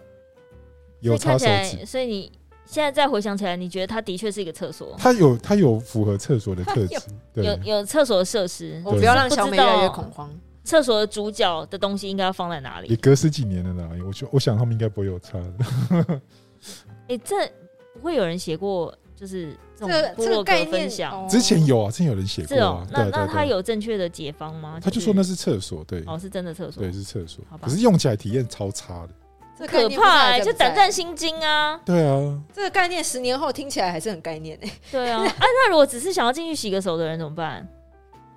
S1: 也
S3: 所
S1: 有
S3: 以
S1: 擦
S3: 看
S1: 手
S3: 起来，
S1: 指。
S3: 所以你现在再回想起来，你觉得它的确是一个厕所，
S1: 它有它有符合厕所的特质，
S3: 有
S1: 对，
S3: 有厕所的设施。
S2: 我不要让
S3: 对
S2: 小美越来越恐慌。
S3: 厕所的主角的东西应该要放在哪
S1: 也
S3: 里？
S1: 隔十几年了啦，我就我想他们应该不会有差的。
S3: 哎、这不会有人写过，就是这
S2: 这
S3: 种
S2: 个
S3: 部
S2: 这
S3: 落格
S2: 个概
S3: 分
S2: 念
S3: 享。
S2: 哦
S1: 之前有啊，之前有人写
S3: 是
S1: 过啊，，
S3: 哦
S1: 对
S3: 那
S1: 啊对
S3: 那
S1: 啊
S3: 他
S1: 对啊，
S3: 有正确的解方吗？
S1: 他就是说那是厕所，对
S3: 哦，是真的厕所，
S1: 对是厕所
S3: 好，吧嗯
S1: 可是用起来体验超差的。
S2: 这个概
S3: 可
S2: 念不知道
S3: 怕、
S2: 还
S3: 欸，
S2: 在
S3: 就
S2: 不在
S3: 胆战心惊啊！
S1: 对啊，
S2: 这个概念十年后听起来还是很概念诶、
S3: 对啊，啊，那如果只是想要进去洗个手的人怎么办？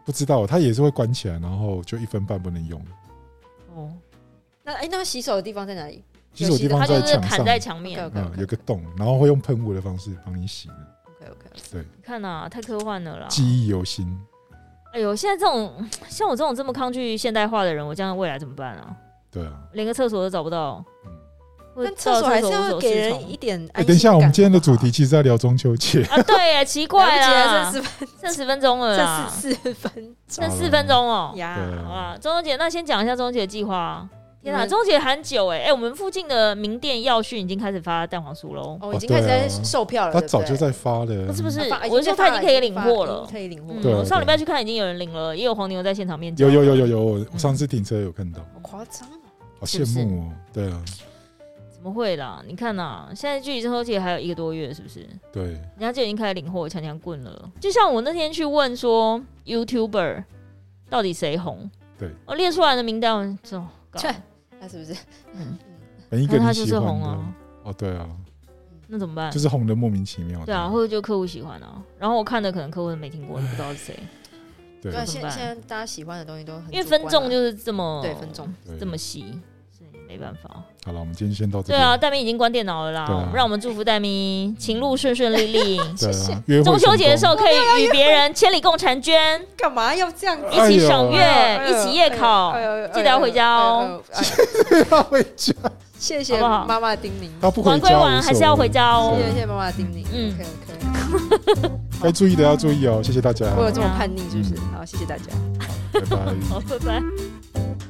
S1: 不知道他也是会关起来，然后就一分半不能用。
S3: 哦，
S2: 那哎、那洗手的地方在哪里？
S1: 洗手地方
S3: 他就
S1: 在
S3: 是
S1: 墙
S3: 砍
S1: 上，
S3: 在墙面，
S2: OK，OK
S1: 嗯，有个洞，然后会用喷雾的方式帮你洗呢，
S2: OK
S1: 啊
S2: OK，
S3: 你看呐、太科幻了啦！
S1: 记忆犹新。
S3: 哎呦，现在这种像我这种这么抗拒现代化的人，我将来未来怎么办啊？
S1: 对啊，
S3: 连个厕所都找不到，
S1: 嗯。
S3: 我
S2: 但厕所还是要给
S3: 到厕所无
S2: 人
S3: 所
S2: 一
S3: 适
S2: 点
S1: 哎，
S2: 安心感
S1: 等一下，我们今天的主
S2: 好
S1: 题其实在聊中秋节，
S3: 从啊，对耶，奇
S2: 不好
S3: 怪啊
S2: 来
S3: 啦，
S2: 不及了，剩四分，
S3: 剩十分钟了
S2: 剩
S3: 啦，
S2: 四四分
S3: 剩四分钟哦。
S1: 对
S2: 呀！
S3: 好
S1: 啊，
S3: 啦，中秋节那先讲一下中秋节的计划啊。天
S2: 你
S3: 哪，
S2: 们
S3: 中秋节喊久哎哎，我们附近的名店耀讯已经开始发蛋黄酥喽。
S2: 哦，已经开始在
S1: 对啊
S2: 售票了，
S1: 他
S2: 对不
S1: 早
S2: 对
S1: 就在发了，
S3: 那是不是
S2: 他发已经
S3: 我是说
S2: 在
S3: 他
S2: 发
S3: 已经可以
S2: 了
S3: 领
S2: 发
S3: 货
S2: 已经
S3: 了
S2: 可以领货
S3: 嗯，
S1: 对啊
S2: 了，
S3: 我上礼拜去看已经有人领了，也有黄牛在现场面交
S1: 有有有有有，我我上次停车有看到，
S2: 好夸张哦！
S1: 好
S3: 嗯是不
S1: 羡
S3: 是
S1: 慕哦。对啊，
S3: 怎么会啦？你看呐，现在距离中秋节还有一个多月，是不是？
S1: 对，
S3: 人家就已经开始领货，强强棍了。就像我那天去问说，YouTuber 到底谁红？
S1: 对，
S3: 我列出来的名单，这
S2: 切，那是不是？
S3: 嗯，
S1: 每一个
S3: 那他
S1: 你
S3: 就
S1: 喜
S3: 是
S1: 欢
S3: 红
S1: 的
S3: 啊，
S1: 哦，对啊，
S3: 那怎么办
S1: 就？是红的莫名其妙的。
S3: 对啊，或者就客户喜欢啊。然后我看的可能客户都没听过，也不知道是谁，
S1: 对
S2: 对啊，
S3: 怎么
S2: 现
S3: 办
S2: 现在大家喜欢的东西都很主观啊，
S3: 哦因为分众就是这么
S2: 对分众
S1: 对
S3: 这么细，所以没没办法。
S1: 好了，我们今天先到这
S3: 对
S1: 边。
S3: 啊，戴咪已经关电脑了啦，
S1: 对啊
S3: 让我们祝福戴咪情路顺顺利利。
S1: 对
S2: 谢谢
S1: 啊， 约会
S3: 中秋节的时
S1: 成功
S3: 候可以与别人千里共婵娟，
S2: 干嘛要这样子？
S3: 一起赏月，
S2: 哎呦
S3: 一起夜考，
S2: 哎呦哎呦哎呦
S3: 记得要回家哦。
S2: 哎呦哎呦哎呦
S1: 他回家，
S2: 谢谢
S3: 好不好
S2: 妈妈的叮咛，
S1: 他不回
S3: 玩归
S1: 家，
S3: 玩，还是要回家哦
S1: 无所。
S2: 谢
S1: 谓
S2: 谢妈妈的叮咛。
S3: 嗯
S2: 嗯，OK
S1: 该注意的要注意哦，谢谢大家，
S2: OK，我有这么叛逆是不是？好，谢谢大家。
S1: 拜拜。
S3: 好，拜拜。